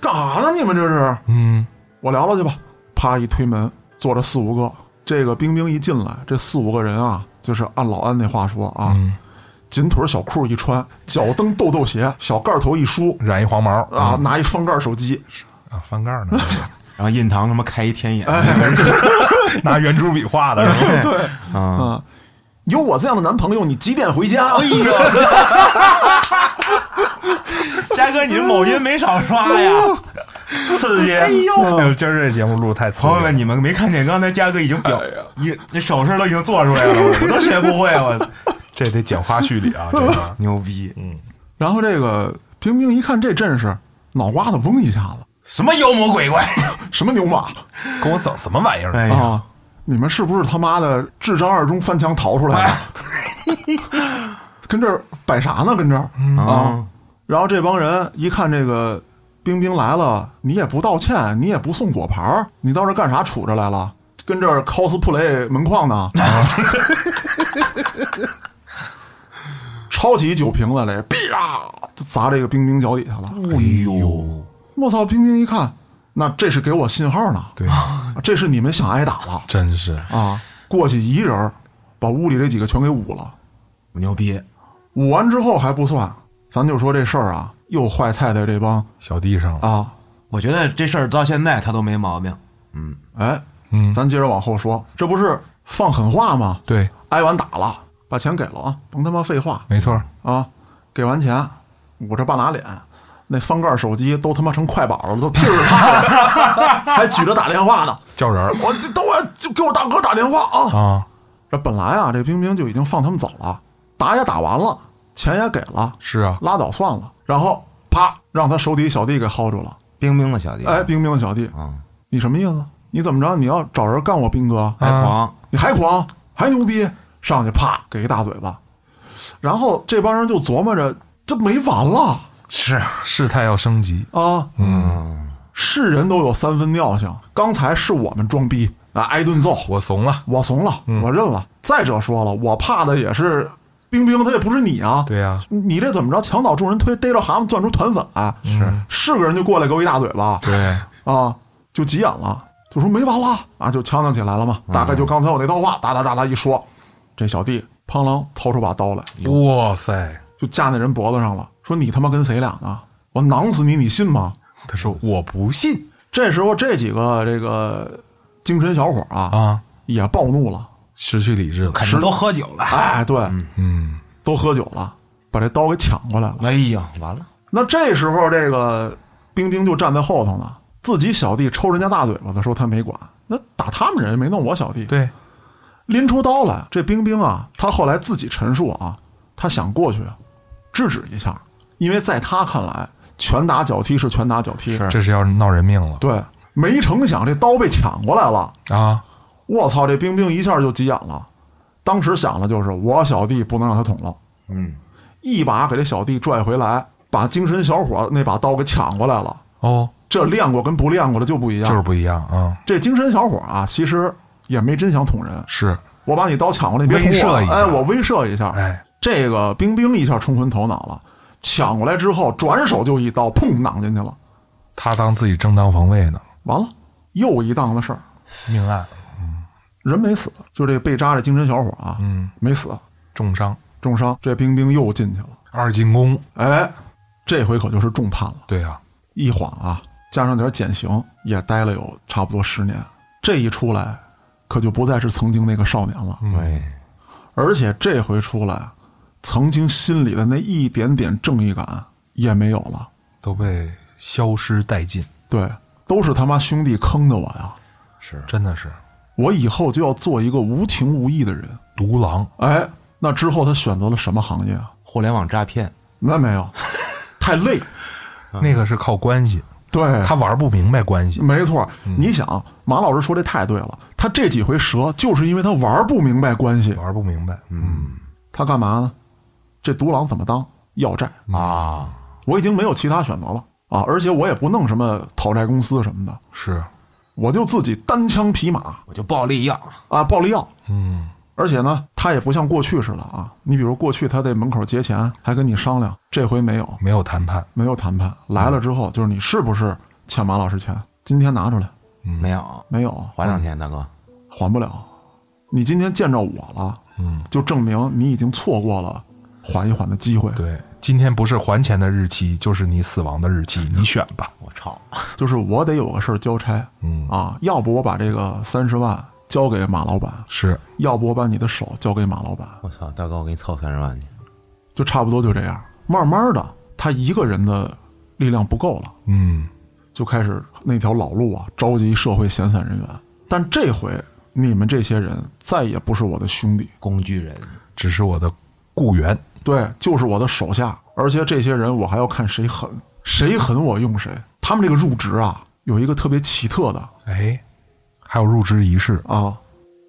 Speaker 1: 干啥呢？你们这是？
Speaker 2: 嗯，
Speaker 1: 我聊聊去吧。”啪一推门，坐着四五个。这个冰冰一进来，这四五个人啊，就是按老安那话说啊，
Speaker 2: 嗯
Speaker 1: 紧腿小裤一穿，脚蹬豆豆鞋，小盖头一梳
Speaker 2: 染一黄毛
Speaker 3: 嗯
Speaker 1: 啊，拿一翻盖手机，
Speaker 2: 啊，翻盖 [LAUGHS] 儿呢，
Speaker 3: 然后印堂他妈开一天眼，
Speaker 2: 拿圆珠笔画的。是吧
Speaker 1: 对
Speaker 3: [LAUGHS] 啊，
Speaker 1: 啊，有我这样的男朋友，你几点回家？哎呀，
Speaker 4: 嘉哥你这某音没少刷呀，
Speaker 2: [LAUGHS] 刺激！哎呦，今儿这节目录得太刺激
Speaker 3: 朋
Speaker 2: 了。
Speaker 3: 友们，你们没看见刚才嘉哥已经表，你那手势都已经做出来了，我都学不会，我
Speaker 2: 这得剪花絮 [LAUGHS] 里啊，这个
Speaker 3: [LAUGHS] 牛逼，
Speaker 1: 然后这个冰冰一看这阵势，脑瓜子嗡一下子，
Speaker 3: 什么妖魔鬼怪，
Speaker 1: [LAUGHS] 什么牛马
Speaker 2: 给我整什么玩意儿？
Speaker 3: 哎呀，
Speaker 1: 啊！你们是不是他妈的智障二中翻墙逃出来的？
Speaker 3: 哎
Speaker 1: [LAUGHS] 跟这儿摆啥呢？跟这儿
Speaker 3: 嗯
Speaker 1: 啊！然后这帮人一看这个冰冰来了，你也不道歉，你也不送果盘儿，你到这儿干啥杵着来了？跟这儿 cosplay 门框
Speaker 3: [LAUGHS]
Speaker 1: 呢，抄起酒瓶子来，啪就砸这个冰冰脚底下了。
Speaker 3: 嗯
Speaker 2: 哎呦，
Speaker 1: 我操！冰冰一看，那这是给我信号呢，
Speaker 2: 对，
Speaker 1: 这是你们想挨打了
Speaker 2: 真是
Speaker 1: 啊！过去一人儿把屋里这几个全给捂了，
Speaker 3: 牛逼，
Speaker 1: 捂完之后还不算，咱就说这事儿啊，又坏菜的这帮
Speaker 2: 小地上了。
Speaker 1: 啊，
Speaker 3: 我觉得这事儿到现在他都没毛病。
Speaker 1: 哎，
Speaker 2: 嗯，
Speaker 1: 咱接着往后说，这不是放狠话吗？
Speaker 2: 对，
Speaker 1: 挨完打了，把钱给了啊，甭他妈废话
Speaker 2: 没错，
Speaker 1: 啊！给完钱，捂着半拉脸，那翻盖手机都他妈成快板了，都贴着看了，还举着打电话呢。
Speaker 2: 叫人儿
Speaker 1: 我这等会儿就给我大哥打电话啊！
Speaker 2: 啊，
Speaker 1: 这本来啊，这冰冰就已经放他们走了，打也打完了，钱也给了，
Speaker 2: 是 [LAUGHS] 啊，
Speaker 1: 拉倒算了。然后啪，让他手底小弟给薅住了。
Speaker 3: 冰冰的小弟，
Speaker 1: 哎，冰冰的小弟，
Speaker 3: 嗯，
Speaker 1: 你什么意思？你怎么着？你要找人干我兵哥？
Speaker 3: 还哎狂，
Speaker 1: 你还狂，还牛逼，上去啪给一大嘴巴，然后这帮人就琢磨着这没完了
Speaker 3: 是，
Speaker 2: 事态要升级，
Speaker 1: 啊！
Speaker 3: 嗯，
Speaker 1: 是人都有三分尿性，刚才是我们装逼啊，挨顿揍，
Speaker 2: 我怂了。
Speaker 1: 我怂了，
Speaker 3: 嗯
Speaker 1: 我认了。再者说了，我怕的也是冰冰，他也不是你啊。
Speaker 2: 对呀、
Speaker 1: 你这怎么着？墙倒众人推，逮着蛤蟆攥出团粉来，是是个人就过来给我一大嘴巴，
Speaker 2: [LAUGHS] 对，
Speaker 1: 啊，就急眼了，就说没完了啊，就呛呛起来了嘛。大概就刚才我那套话，哒哒哒哒一说，这小弟砰啷掏出把刀来，
Speaker 2: 哇塞，
Speaker 1: 就架那人脖子上了，说你他妈跟谁俩呢？我囊死你，你信吗？
Speaker 2: 他说我不信
Speaker 1: 这时候这几个这个精神小伙儿啊，
Speaker 2: 啊，
Speaker 1: 也暴怒了，
Speaker 2: 失去理智了。
Speaker 3: 肯定都喝酒了。
Speaker 1: 哎，对，
Speaker 2: 嗯，
Speaker 1: 都喝酒了，把这刀给抢过来了。
Speaker 3: 哎呀，完了，
Speaker 1: 那这时候，这个冰冰就站在后头呢，自己小弟抽人家大嘴巴的时候，他没管，那打他们人也没弄我小弟，
Speaker 2: 对，
Speaker 1: 拎出刀来。这冰冰啊，他后来自己陈述啊，他想过去制止一下，因为在他看来，拳打脚踢是拳打脚踢，
Speaker 3: 是
Speaker 2: 这是要闹人命了
Speaker 1: 对。没成想这刀被抢过来了，
Speaker 2: 啊！
Speaker 1: 我操！这冰冰一下就急眼了，当时想的就是我小弟不能让他捅了，
Speaker 3: 嗯，
Speaker 1: 一把给这小弟拽回来，把精神小伙那把刀给抢过来了。
Speaker 2: 哦，
Speaker 1: 这练过跟不练过的就不一样。
Speaker 2: 就是不一样啊，
Speaker 1: 这精神小伙啊，其实也没真想捅人。
Speaker 2: 是，
Speaker 1: 我把你刀抢过来，你别捅
Speaker 2: 威
Speaker 1: 我，
Speaker 2: 慑一下
Speaker 1: 哎，我威慑一下。
Speaker 2: 哎，
Speaker 1: 这个冰冰一下冲昏头脑了，抢过来之后，转手就一刀，砰，攮进去了。
Speaker 2: 他当自己正当防卫呢，
Speaker 1: 完了，又一档子事儿，
Speaker 2: 命案，
Speaker 1: 人没死，就这被扎的精神小伙啊，
Speaker 2: 嗯，
Speaker 1: 没死，
Speaker 2: 重伤，
Speaker 1: 重伤。这冰冰又进去了，
Speaker 2: 二进宫，
Speaker 1: 哎，这回可就是重判了。
Speaker 2: 对啊，
Speaker 1: 一晃啊，加上点减刑，也待了有差不多十年。这一出来，可就不再是曾经那个少年了。
Speaker 2: 嗯
Speaker 3: 哎，
Speaker 1: 而且这回出来，曾经心里的那一点点正义感也没有了。
Speaker 2: 都被消失殆尽，
Speaker 1: 对，都是他妈兄弟坑的我呀！
Speaker 3: 是，
Speaker 2: 真的是
Speaker 1: 我以后就要做一个无情无义的人。
Speaker 2: 独狼，
Speaker 1: 哎，那之后他选择了什么行业啊？
Speaker 3: 互联网诈骗，
Speaker 1: 那没有，太累。
Speaker 2: 那个是靠关系，
Speaker 1: 对，
Speaker 2: 他玩不明白关系，
Speaker 1: 没错。你想，马老师说这太对了。他这几回折，就是因为他玩不明白关系。
Speaker 2: 玩不明白，嗯，
Speaker 1: 他干嘛呢？这独狼怎么当？要债。
Speaker 3: 啊，
Speaker 1: 我已经没有其他选择了啊！而且我也不弄什么讨债公司什么的，
Speaker 2: 是，
Speaker 1: 我就自己单枪匹马
Speaker 3: 我就暴力要，
Speaker 1: 啊，暴力要。
Speaker 2: 嗯，
Speaker 1: 而且呢，他也不像过去似的啊，你比如过去他在门口结钱还跟你商量，这回没有，
Speaker 2: 没有谈判，
Speaker 1: 没有谈判。来了之后就是你是不是欠马老师钱？今天拿出来
Speaker 3: 没有，
Speaker 1: 没有？
Speaker 3: 还两天，大哥，
Speaker 1: 还不了。你今天见着我了，
Speaker 2: 嗯，
Speaker 1: 就证明你已经错过了缓一缓的机会。
Speaker 2: 对，今天不是还钱的日期，就是你死亡的日期，你选吧，
Speaker 3: 我操，
Speaker 1: 就是我得有个事儿交差，
Speaker 2: 嗯
Speaker 3: 哦
Speaker 1: 啊，要不我把这个三十万交给马老板，
Speaker 2: 是，
Speaker 1: 要不我把你的手交给马老板，
Speaker 3: 我操，大哥，我给你凑三十万去，
Speaker 1: 就差不多就这样。慢慢的，他一个人的力量不够了，
Speaker 2: 嗯，
Speaker 1: 就开始那条老路啊，召集社会闲散人员。但这回你们这些人再也不是我的兄弟，
Speaker 3: 工具人，
Speaker 2: 只是我的雇员，
Speaker 1: 对，就是我的手下。而且这些人我还要看谁狠，谁狠我用谁。他们这个入职啊，有一个特别奇特的
Speaker 2: 哎，还有入职仪式，
Speaker 1: 啊，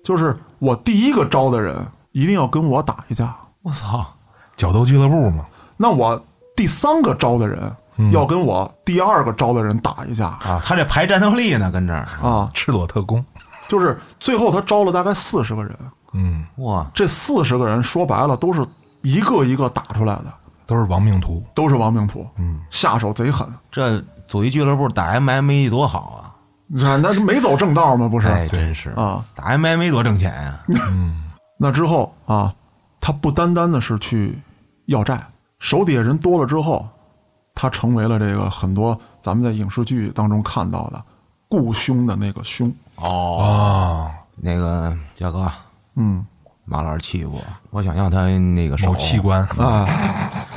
Speaker 1: 就是我第一个招的人一定要跟我打一架，
Speaker 3: 我操，
Speaker 2: 角斗俱乐部嘛，
Speaker 1: 那我第三个招的人、要跟我第二个招的人打一架
Speaker 3: 啊，他这排战斗力呢，跟这儿，
Speaker 1: 啊，
Speaker 2: 赤裸特工，
Speaker 1: 就是最后他招了大概四十个人，
Speaker 2: 嗯，
Speaker 3: 哇，
Speaker 1: 这四十个人说白了都是一个一个打出来的，
Speaker 2: 都是亡命徒。
Speaker 1: 都是亡命徒，
Speaker 2: 嗯，
Speaker 1: 下手贼狠。
Speaker 3: 这组一俱乐部打 MMA 多好啊！
Speaker 1: 你看，那没走正道吗？不是、
Speaker 3: 哎，真是
Speaker 1: 啊，
Speaker 3: 打 MMA 多挣钱呀、
Speaker 1: 那之后啊，他不单单的是去要债，手底下人多了之后，他成为了这个很多咱们在影视剧当中看到的雇凶的那个凶。
Speaker 3: 哦，
Speaker 2: 啊，
Speaker 3: 那个小哥，
Speaker 1: 嗯
Speaker 3: 马老师欺负我，我想要他那个手
Speaker 2: 某器官
Speaker 3: 哦
Speaker 1: 啊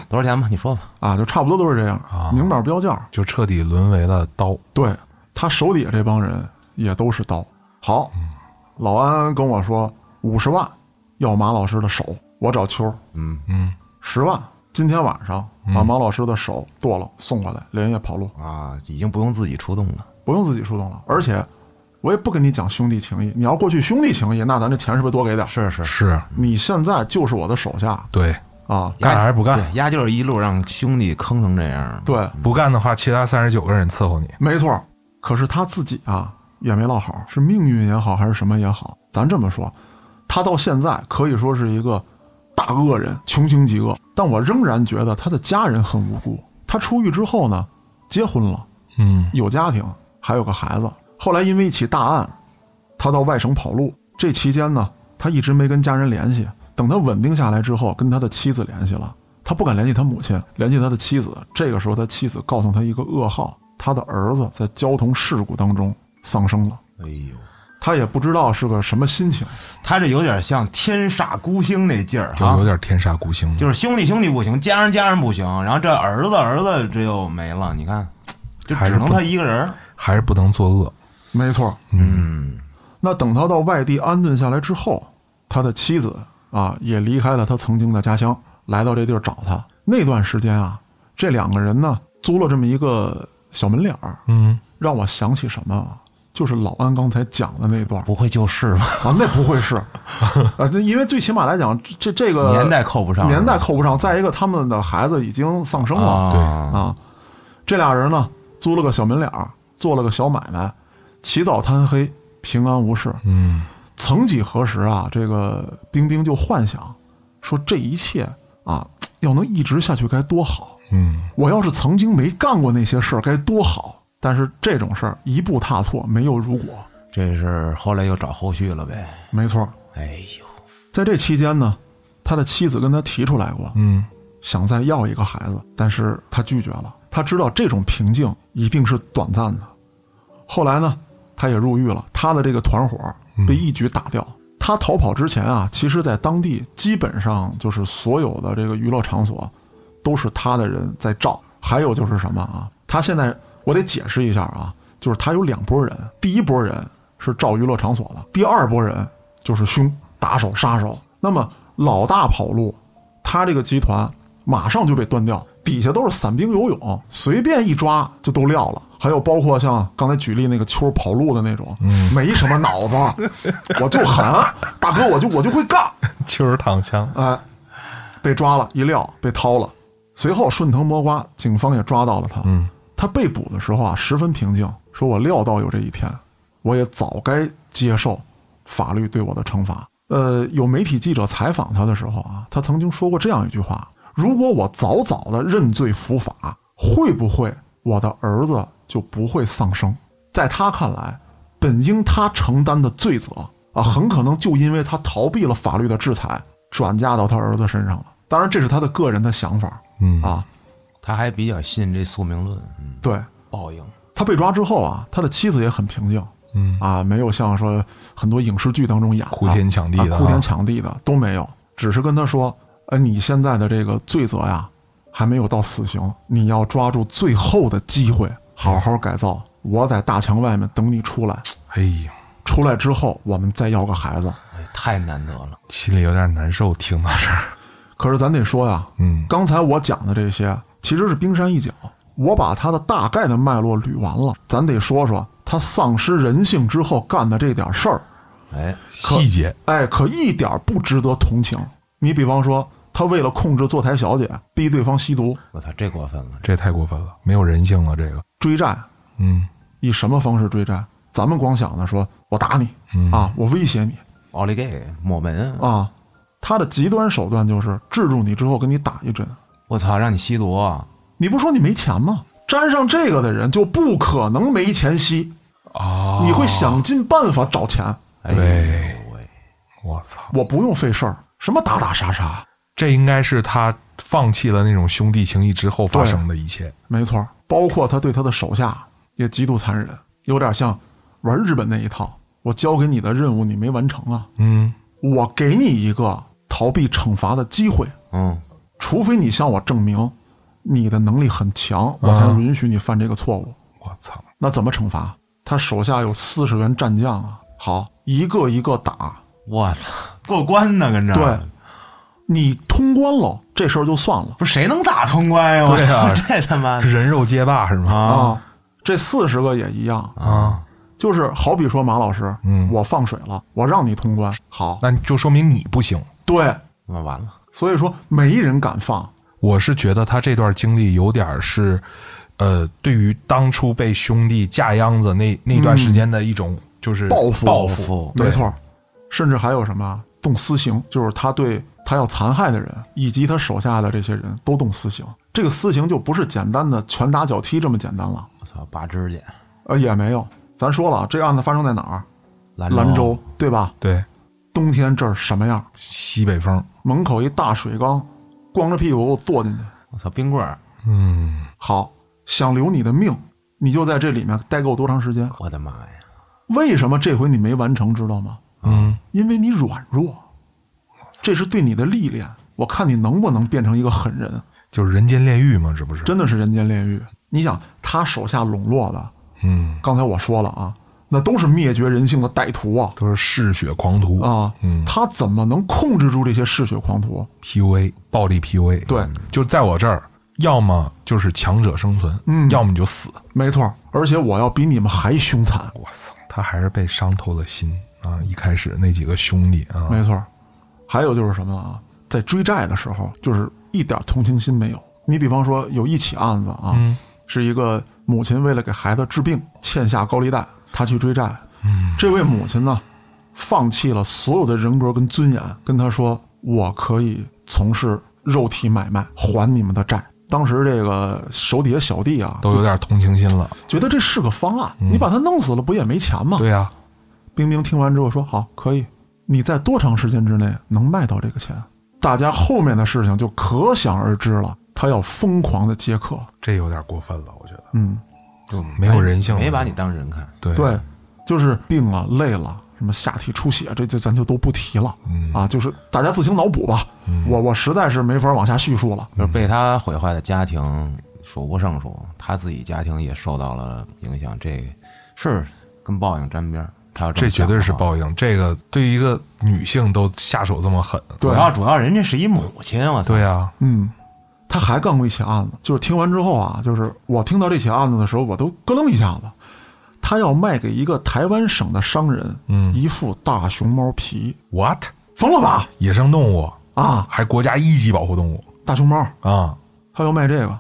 Speaker 3: 多少钱吧？你说吧。
Speaker 1: 啊，就差不多都是这样，明码标价。
Speaker 2: 就彻底沦为了刀。
Speaker 1: 对他手底下这帮人也都是刀。好，
Speaker 3: 嗯
Speaker 1: 老安跟我说五十万要马老师的手，我找秋
Speaker 3: 嗯
Speaker 2: 嗯
Speaker 1: 十万，今天晚上把马老师的手剁了送回来，连夜跑路，
Speaker 3: 啊，已经不用自己出动了。
Speaker 1: 不用自己出动了。而且我也不跟你讲兄弟情谊，你要过去兄弟情谊，那咱这钱是不是多给点？
Speaker 3: 是是，
Speaker 2: 是
Speaker 1: 你现在就是我的手下
Speaker 2: 对，
Speaker 3: 嗯
Speaker 1: 啊，
Speaker 2: 干还是不干？
Speaker 3: 对，丫就是一路让兄弟坑成这样。
Speaker 1: 对，
Speaker 2: 不干的话，其他三十九个人伺候你。
Speaker 1: 没错儿，可是他自己啊也没落好，是命运也好还是什么也好，咱这么说，他到现在可以说是一个大恶人，穷凶极恶。但我仍然觉得他的家人很无辜。他出狱之后呢，结婚了，
Speaker 2: 嗯
Speaker 1: 有家庭，还有个孩子。后来因为一起大案，他到外省跑路。这期间呢，他一直没跟家人联系。等他稳定下来之后，跟他的妻子联系了。他不敢联系他母亲，联系他的妻子。这个时候，他妻子告诉他一个噩耗：他的儿子在交通事故当中丧生了。
Speaker 3: 哎呦，
Speaker 1: 他也不知道是个什么心情。
Speaker 3: 他这有点像天煞孤星那劲儿
Speaker 2: 就
Speaker 3: 哈
Speaker 2: 有，点天煞孤星了，
Speaker 3: 啊就是兄弟兄弟不行，家人家人不行，然后这儿子儿子这又没了，你看，就
Speaker 2: 还
Speaker 3: 只
Speaker 2: 是
Speaker 3: 能
Speaker 2: 不
Speaker 3: 他一个人儿。
Speaker 2: 还是不能作恶。
Speaker 1: 没错，
Speaker 3: 嗯，
Speaker 1: 那等他到外地安顿下来之后，他的妻子啊也离开了他曾经的家乡，来到这地儿找他。那段时间啊，这两个人呢租了这么一个小门脸儿，
Speaker 2: 嗯，
Speaker 1: 让我想起什么啊？就是老安刚才讲的那段
Speaker 3: 不会就是吧？
Speaker 1: 啊，那不会是啊？那因为最起码来讲，这这个
Speaker 3: 年代扣不上，
Speaker 1: 呃年代扣不上。再一个，他们的孩子已经丧生了，
Speaker 3: 啊，
Speaker 1: 啊，这俩人呢租了个小门脸儿，做了个小买卖，起早贪黑，平安无事。
Speaker 2: 嗯，
Speaker 1: 曾几何时啊，这个冰冰就幻想说这一切啊，要能一直下去该多好！
Speaker 2: 嗯，
Speaker 1: 我要是曾经没干过那些事儿该多好！但是这种事儿一步踏错，没有如果。
Speaker 3: 这是后来又找后续了呗。
Speaker 1: 没错儿，
Speaker 3: 哎呦，
Speaker 1: 在这期间呢，他的妻子跟他提出来过，
Speaker 2: 嗯，
Speaker 1: 想再要一个孩子，但是他拒绝了。他知道这种平静一定是短暂的。后来呢，他也入狱了，他的这个团伙被一举打掉。他逃跑之前啊，其实在当地基本上就是所有的这个娱乐场所都是他的人在照。还有就是什么啊？他现在我得解释一下啊，就是他有两拨人，第一拨人是照娱乐场所的，第二拨人就是凶打手杀手。那么老大跑路，他这个集团马上就被端掉，底下都是散兵游泳，随便一抓就都撂了。还有包括像刚才举例那个秋儿跑路的那种，没什么脑子，我就狠，大哥我就我就会干，
Speaker 2: 就是躺枪。
Speaker 1: 哎，被抓了，一撂被掏了。随后顺藤摸瓜，警方也抓到了他。
Speaker 2: 嗯，
Speaker 1: 他被捕的时候啊，十分平静，说我料到有这一天，我也早该接受法律对我的惩罚。呃，有媒体记者采访他的时候啊，他曾经说过这样一句话：如果我早早的认罪伏法，会不会我的儿子就不会丧生？在他看来，本应他承担的罪责啊，很可能就因为他逃避了法律的制裁，转嫁到他儿子身上了。当然，这是他的个人的想法
Speaker 2: 嗯
Speaker 1: 啊。
Speaker 3: 他还比较信这宿命论，嗯，
Speaker 1: 对，
Speaker 3: 报应。
Speaker 1: 他被抓之后啊，他的妻子也很平静，
Speaker 2: 嗯
Speaker 1: 啊，没有像说很多影视剧当中演的
Speaker 2: 哭天抢地的
Speaker 1: 啊
Speaker 2: 啊
Speaker 1: 哭天抢地的都没有，只是跟他说，呃，你现在的这个罪责呀，还没有到死刑，你要抓住最后的机会，好好改造。我在大墙外面等你出来，
Speaker 2: 哎呦，
Speaker 1: 出来之后我们再要个孩子。
Speaker 3: 哎太难得了，
Speaker 2: 心里有点难受，听到这 [LAUGHS] 儿。
Speaker 1: 可是咱得说呀，
Speaker 2: 嗯
Speaker 1: 刚才我讲的这些其实是冰山一角，我把他的大概的脉络捋完了，咱得说说他丧失人性之后干的这点事儿。
Speaker 3: 哎，
Speaker 2: 细节，
Speaker 1: 哎，可一点儿不值得同情。你比方说，他为了控制坐台小姐，逼对方吸毒、
Speaker 3: 我操，这过分了，
Speaker 2: 这太过分了，没有人性了，这个。
Speaker 1: 追债，
Speaker 2: 嗯
Speaker 1: 以什么方式追债？咱们光想着说我打你
Speaker 2: 嗯
Speaker 1: 啊，我威胁你
Speaker 3: 奥利给抹门，
Speaker 1: 啊，他的极端手段就是制住你之后跟你打一针。
Speaker 3: 我操，让你吸毒啊，
Speaker 1: 你不说你没钱吗？沾上这个的人就不可能没钱吸，
Speaker 2: 啊，
Speaker 1: 你会想尽办法找钱。
Speaker 3: 哎呦
Speaker 2: 对
Speaker 3: 喂，
Speaker 2: 我操，
Speaker 1: 我不用费事儿，什么打打杀杀，
Speaker 2: 这应该是他放弃了那种兄弟情谊之后发生的一切。
Speaker 1: 没错儿，包括他对他的手下也极度残忍，有点像玩日本那一套。我交给你的任务你没完成啊，
Speaker 2: 嗯，
Speaker 1: 我给你一个逃避惩罚的机会，
Speaker 3: 嗯，
Speaker 1: 除非你向我证明你的能力很强，我才
Speaker 2: 嗯
Speaker 1: 允许你犯这个错误。
Speaker 2: 我操，
Speaker 1: 那怎么惩罚？他手下有四十员战将啊，好，一个一个打。
Speaker 3: 我操，过关呢，跟这儿
Speaker 1: 对，你通关了，这事儿就算了
Speaker 3: 不是谁能打通关呀？我
Speaker 2: 对啊
Speaker 3: 操， [LAUGHS] 这他妈的
Speaker 2: 人肉街霸是吗？
Speaker 3: 啊！
Speaker 1: 啊。这四十个也一样，
Speaker 2: 啊，
Speaker 1: 就是好比说马老师，
Speaker 2: 嗯
Speaker 1: 我放水了，我让你通关，好，
Speaker 2: 那就说明你不行。
Speaker 1: 对，
Speaker 3: 那完了，
Speaker 1: 所以说没人敢放，
Speaker 2: 我是觉得他这段经历有点儿是，呃，对于当初被兄弟架秧子那那段时间的一种就是
Speaker 1: 报复，
Speaker 3: 报复
Speaker 1: 没错，甚至还有什么动私刑，就是他对他要残害的人以及他手下的这些人都动私刑。这个私刑就不是简单的拳打脚踢这么简单了，
Speaker 3: 我操，拔指甲，
Speaker 1: 呃，也没有。咱说了，啊这案子发生在哪儿？
Speaker 3: 兰
Speaker 1: 兰州，对吧？
Speaker 2: 对
Speaker 1: 冬天这儿什么样？
Speaker 2: 西北风，
Speaker 1: 门口一大水缸，光着屁股给我坐进去。
Speaker 3: 我操，冰棍儿，
Speaker 2: 嗯，
Speaker 1: 好，想留你的命，你就在这里面待够多长时间？
Speaker 3: 我的妈呀！
Speaker 1: 为什么这回你没完成，知道吗？
Speaker 2: 嗯，
Speaker 1: 因为你软弱，这是对你的历练。我看你能不能变成一个狠人，
Speaker 2: 就是人间炼狱嘛，这不是？
Speaker 1: 真的是人间炼狱。你想，他手下笼络的，
Speaker 2: 嗯，
Speaker 1: 刚才我说了啊，那都是灭绝人性的歹徒啊
Speaker 2: 都是嗜血狂徒
Speaker 1: 啊！
Speaker 2: 嗯
Speaker 1: 他怎么能控制住这些嗜血狂徒？
Speaker 2: ，PUA 暴力 PUA，
Speaker 1: 对，
Speaker 2: 嗯就在我这儿，要么就是强者生存，
Speaker 1: 嗯
Speaker 2: 要么你就死。
Speaker 1: 没错，而且我要比你们还凶残。
Speaker 2: 我操，他还是被伤透了心啊！一开始那几个兄弟啊，
Speaker 1: 没错，还有就是什么啊，在追债的时候，就是一点同情心没有。你比方说有一起案子啊，
Speaker 2: 嗯
Speaker 1: 是一个母亲为了给孩子治病欠下高利贷，她去追债。
Speaker 2: 嗯，
Speaker 1: 这位母亲呢，放弃了所有的人格跟尊严，跟他说：“我可以从事肉体买卖，还你们的债。”当时这个手底下小弟啊，
Speaker 2: 都有嗯点同情心了。
Speaker 1: 觉得这是个方案，你把他弄死了不也没钱吗？
Speaker 2: 对啊呀，
Speaker 1: 冰冰听完之后说：“好，可以。你在多长时间之内能卖到这个钱？”大家后面的事情就可想而知了。他要疯狂的接客，
Speaker 2: 这有点过分了，我觉得。
Speaker 1: 嗯，
Speaker 3: 就
Speaker 2: 没有人性了
Speaker 3: 没把你当人看。
Speaker 2: 对
Speaker 1: 对，就是病了、累了，什么下体出血，这这咱就都不提了、
Speaker 2: 嗯
Speaker 1: 啊。就是大家自行脑补吧。我我实在是没法往下叙述了。
Speaker 3: 就是
Speaker 2: 嗯
Speaker 3: 被他毁坏的家庭数不胜数，他自己家庭也受到了影响，这是跟报应沾边儿。他要
Speaker 2: 这绝对是
Speaker 3: 应。
Speaker 2: 报应。这个对于一个女性都下手这么狠，
Speaker 1: 对
Speaker 3: 主要主要人家是一母亲，我操！
Speaker 2: 对啊呀，
Speaker 1: 嗯，他还干过一起案子，就是听完之后啊，就是我听到这起案子的时候，我都咯楞一下子。他要卖给一个台湾省的商人，
Speaker 2: 嗯
Speaker 1: 一副大熊猫皮，
Speaker 2: ，what
Speaker 1: 疯了吧？
Speaker 2: 野生动物
Speaker 1: 啊，
Speaker 2: 还国家一级保护动物
Speaker 1: 大熊猫，
Speaker 2: 啊，
Speaker 1: 他要卖这个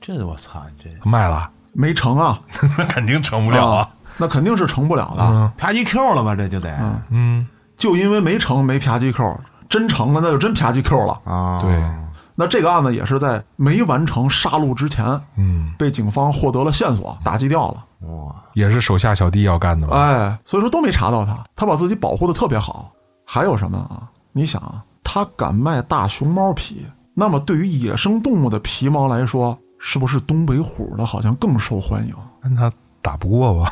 Speaker 3: 这我操，这
Speaker 2: 卖了 [LAUGHS]
Speaker 1: 没成啊，
Speaker 2: 那肯定成不了啊。
Speaker 1: 那肯定是成不了的。
Speaker 2: 嗯
Speaker 3: 啪叽 Q 了吧？这就得
Speaker 1: 嗯
Speaker 2: 嗯，
Speaker 1: 就因为没成，没啪叽 Q，真成了那就真啪叽 Q 了。
Speaker 3: 啊，
Speaker 2: 对，
Speaker 1: 那这个案子也是在没完成杀戮之前，
Speaker 2: 嗯，
Speaker 1: 被警方获得了线索，打击掉了。
Speaker 3: 哇，
Speaker 2: 也是手下小弟要干的吧？
Speaker 1: 哎，所以说都没查到他，他把自己保护的特别好。还有什么啊？你想啊，他敢卖大熊猫皮，那么对于野生动物的皮毛来说，是不是东北虎的好像更受欢迎？
Speaker 2: 但他打不过吧？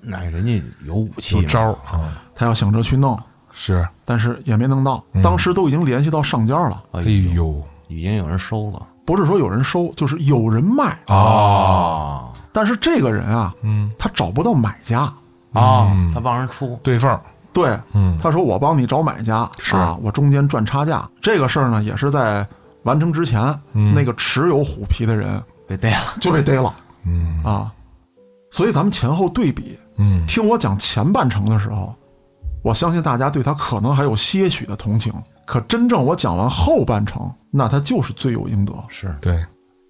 Speaker 3: 那人家有武器
Speaker 2: 有
Speaker 3: 嘛，
Speaker 2: 招儿啊，
Speaker 1: 他要想着去弄，
Speaker 2: 是。
Speaker 1: 但是也没弄到。当时都已经联系到上家了，
Speaker 2: 哎
Speaker 3: 哎呦，
Speaker 2: 呦
Speaker 3: 已经有人收了
Speaker 1: 不是说有人收，就是有人卖。
Speaker 2: 啊，
Speaker 3: 啊
Speaker 1: 但是这个人啊，
Speaker 2: 嗯，
Speaker 1: 他找不到买家。
Speaker 3: 啊！他帮人出，
Speaker 2: 对缝儿，
Speaker 1: 对，
Speaker 2: 嗯，
Speaker 1: 他说我帮你找买家，
Speaker 2: 是
Speaker 1: 啊，我中间赚差价。这个事儿呢，也是在完成之前，
Speaker 2: 嗯
Speaker 1: 那个持有虎皮的人
Speaker 3: 被逮了，
Speaker 1: 就被逮了
Speaker 2: 嗯
Speaker 1: 啊。所以咱们前后对比，
Speaker 2: 嗯，
Speaker 1: 听我讲前半程的时候，我相信大家对他可能还有些许的同情。可真正我讲完后半程，那他就是罪有应得。
Speaker 3: 是
Speaker 2: 对，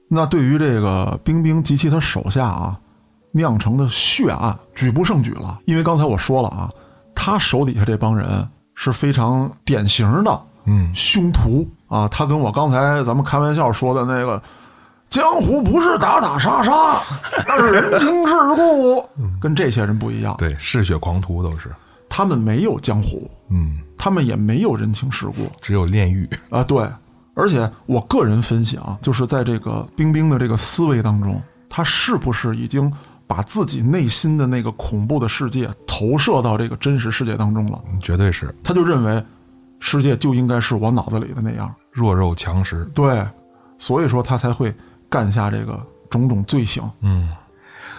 Speaker 1: 那对于这个冰冰及其他手下啊，酿成的血案举不胜举了。因为刚才我说了啊，他手底下这帮人是非常典型的
Speaker 2: 嗯，
Speaker 1: 凶徒啊，他跟我刚才咱们开玩笑说的那个。江湖不是打打杀杀，那是人情世故，跟这些人不一样。
Speaker 2: 对，嗜血狂徒都是，
Speaker 1: 他们没有江湖，
Speaker 2: 嗯，
Speaker 1: 他们也没有人情世故，
Speaker 2: 只有炼狱，
Speaker 1: 啊，对，而且我个人分析啊，就是在这个冰冰的这个思维当中，他是不是已经把自己内心的那个恐怖的世界投射到这个真实世界当中了？
Speaker 2: 绝对是
Speaker 1: 他就认为世界就应该是我脑子里的那样，
Speaker 2: 弱肉强食。
Speaker 1: 对，所以说他才会干下这个种种罪行。
Speaker 2: 嗯，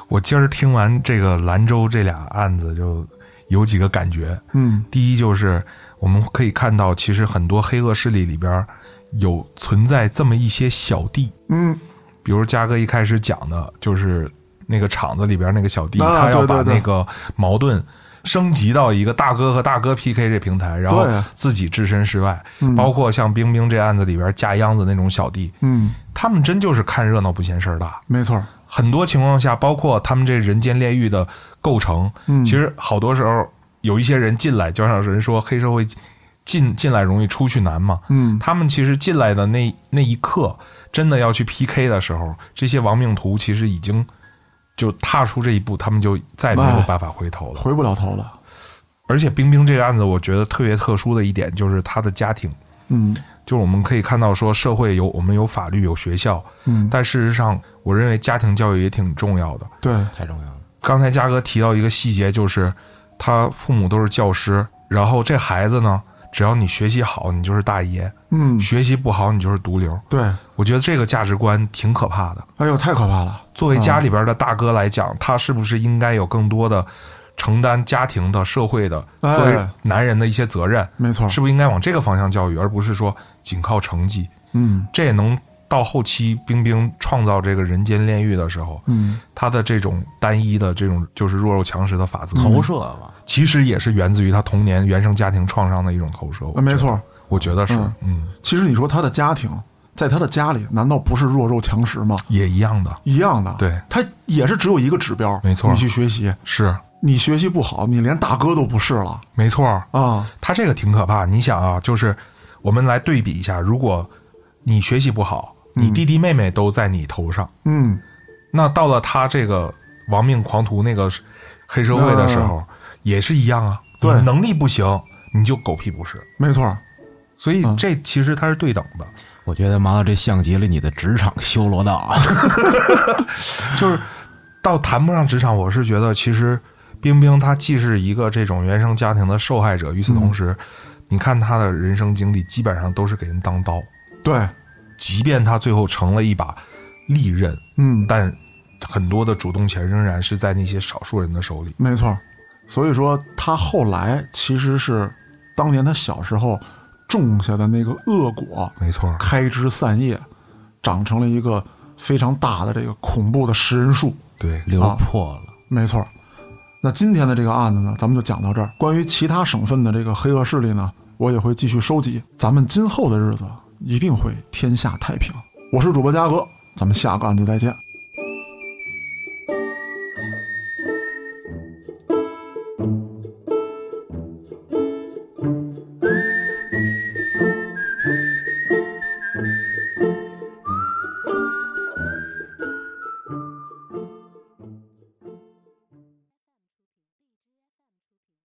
Speaker 2: 我今儿听完这个兰州这俩案子，就有几个感觉。
Speaker 1: 嗯
Speaker 2: 第一就是我们可以看到，其实很多黑恶势力里边儿有存在这么一些小弟，
Speaker 1: 嗯，
Speaker 2: 比如嘉哥一开始讲的，就是那个厂子里边那个小弟，
Speaker 1: 啊
Speaker 2: 他要
Speaker 1: 对对
Speaker 2: 把
Speaker 1: 对
Speaker 2: 那个矛盾升级到一个大哥和大哥 PK 这平台，然后
Speaker 1: 对啊
Speaker 2: 自己置身事外。
Speaker 1: 嗯
Speaker 2: 包括像冰冰这案子里边架秧子那种小弟，
Speaker 1: 嗯，
Speaker 2: 他们真就是看热闹不嫌事儿大。
Speaker 1: 没错儿，
Speaker 2: 很多情况下，包括他们这人间炼狱的构成，
Speaker 1: 嗯
Speaker 2: 其实好多时候有一些人进来，就像有人说黑社会进进来容易出去难嘛，
Speaker 1: 嗯，
Speaker 2: 他们其实进来的那那一刻，真的要去 PK 的时候，这些亡命徒其实已经就踏出这一步，他们就再也没有
Speaker 1: 哎
Speaker 2: 办法回头了。
Speaker 1: 回不了头了。
Speaker 2: 而且冰冰这个案子，我觉得特别特殊的一点就是他的家庭，
Speaker 1: 嗯
Speaker 2: 就是我们可以看到说社会有我们有法律有学校，
Speaker 1: 嗯，
Speaker 2: 但事实上，我认为家庭教育也挺重要的。
Speaker 1: 对，
Speaker 3: 太重要了。
Speaker 2: 刚才嘉哥提到一个细节，就是他父母都是教师，然后这孩子呢，只要你学习好，你就是大爷；
Speaker 1: 嗯
Speaker 2: 学习不好，你就是毒瘤。
Speaker 1: 对，
Speaker 2: 我觉得这个价值观挺可怕的。
Speaker 1: 哎呦，太可怕了。
Speaker 2: 作为家里边的大哥来讲，他是不是应该有更多的承担家庭的、社会的，
Speaker 1: 哎嗯
Speaker 2: 作为男人的一些责任？
Speaker 1: 没错儿，
Speaker 2: 是不是应该往这个方向教育，而不是说仅靠成绩？
Speaker 1: 嗯
Speaker 2: 这也能到后期冰冰创造这个人间炼狱的时候，
Speaker 1: 嗯，
Speaker 2: 他的这种单一的这种就是弱肉强食的法则，
Speaker 3: 投射吧，
Speaker 2: 其实也是源自于他童年原生家庭创伤的一种投射。我
Speaker 1: 没
Speaker 2: 觉得
Speaker 1: 错，儿。
Speaker 2: 我觉得是，
Speaker 1: 嗯
Speaker 2: 嗯，
Speaker 1: 其实你说他的家庭，在他的家里，难道不是弱肉强食吗？
Speaker 2: 也一样的，
Speaker 1: 一样的，
Speaker 2: 对，
Speaker 1: 他也是只有一个指标，
Speaker 2: 没错
Speaker 1: 你去学习，
Speaker 2: 是
Speaker 1: 你学习不好，你连大哥都不是了
Speaker 2: 没错儿。
Speaker 1: 啊！
Speaker 2: 他这个挺可怕。你想啊，就是我们来对比一下，如果你学习不好，你弟弟妹妹都在你头上，
Speaker 1: 嗯，
Speaker 2: 那到了他这个亡命狂徒那个黑社会的时候，也是一样啊。
Speaker 1: 嗯对
Speaker 2: 你能力不行，你就狗屁不是。
Speaker 1: 没错儿，
Speaker 2: 所以
Speaker 1: 嗯
Speaker 2: 这其实它是对等的，
Speaker 3: 我觉得麻辣这像极了你的职场修罗道啊！ [LAUGHS]
Speaker 2: 就是到谈不上职场，我是觉得其实冰冰她既是一个这种原生家庭的受害者，与此同时，你看她的人生经历基本上都是给人当刀，
Speaker 1: 对，
Speaker 2: 即便她最后成了一把利刃，
Speaker 1: 嗯，
Speaker 2: 但很多的主动权仍然是在那些少数人的手里。
Speaker 1: 没错儿。所以说，他后来其实是当年他小时候种下的那个恶果
Speaker 2: 没错，
Speaker 1: 开枝散叶，长成了一个非常大的这个恐怖的食人树。
Speaker 2: 对，
Speaker 3: 流破了，
Speaker 1: 没错儿。那今天的这个案子呢，咱们就讲到这儿。关于其他省份的这个黑恶势力呢，我也会继续收集。咱们今后的日子一定会天下太平。我是主播嘉哥，咱们下个案子再见。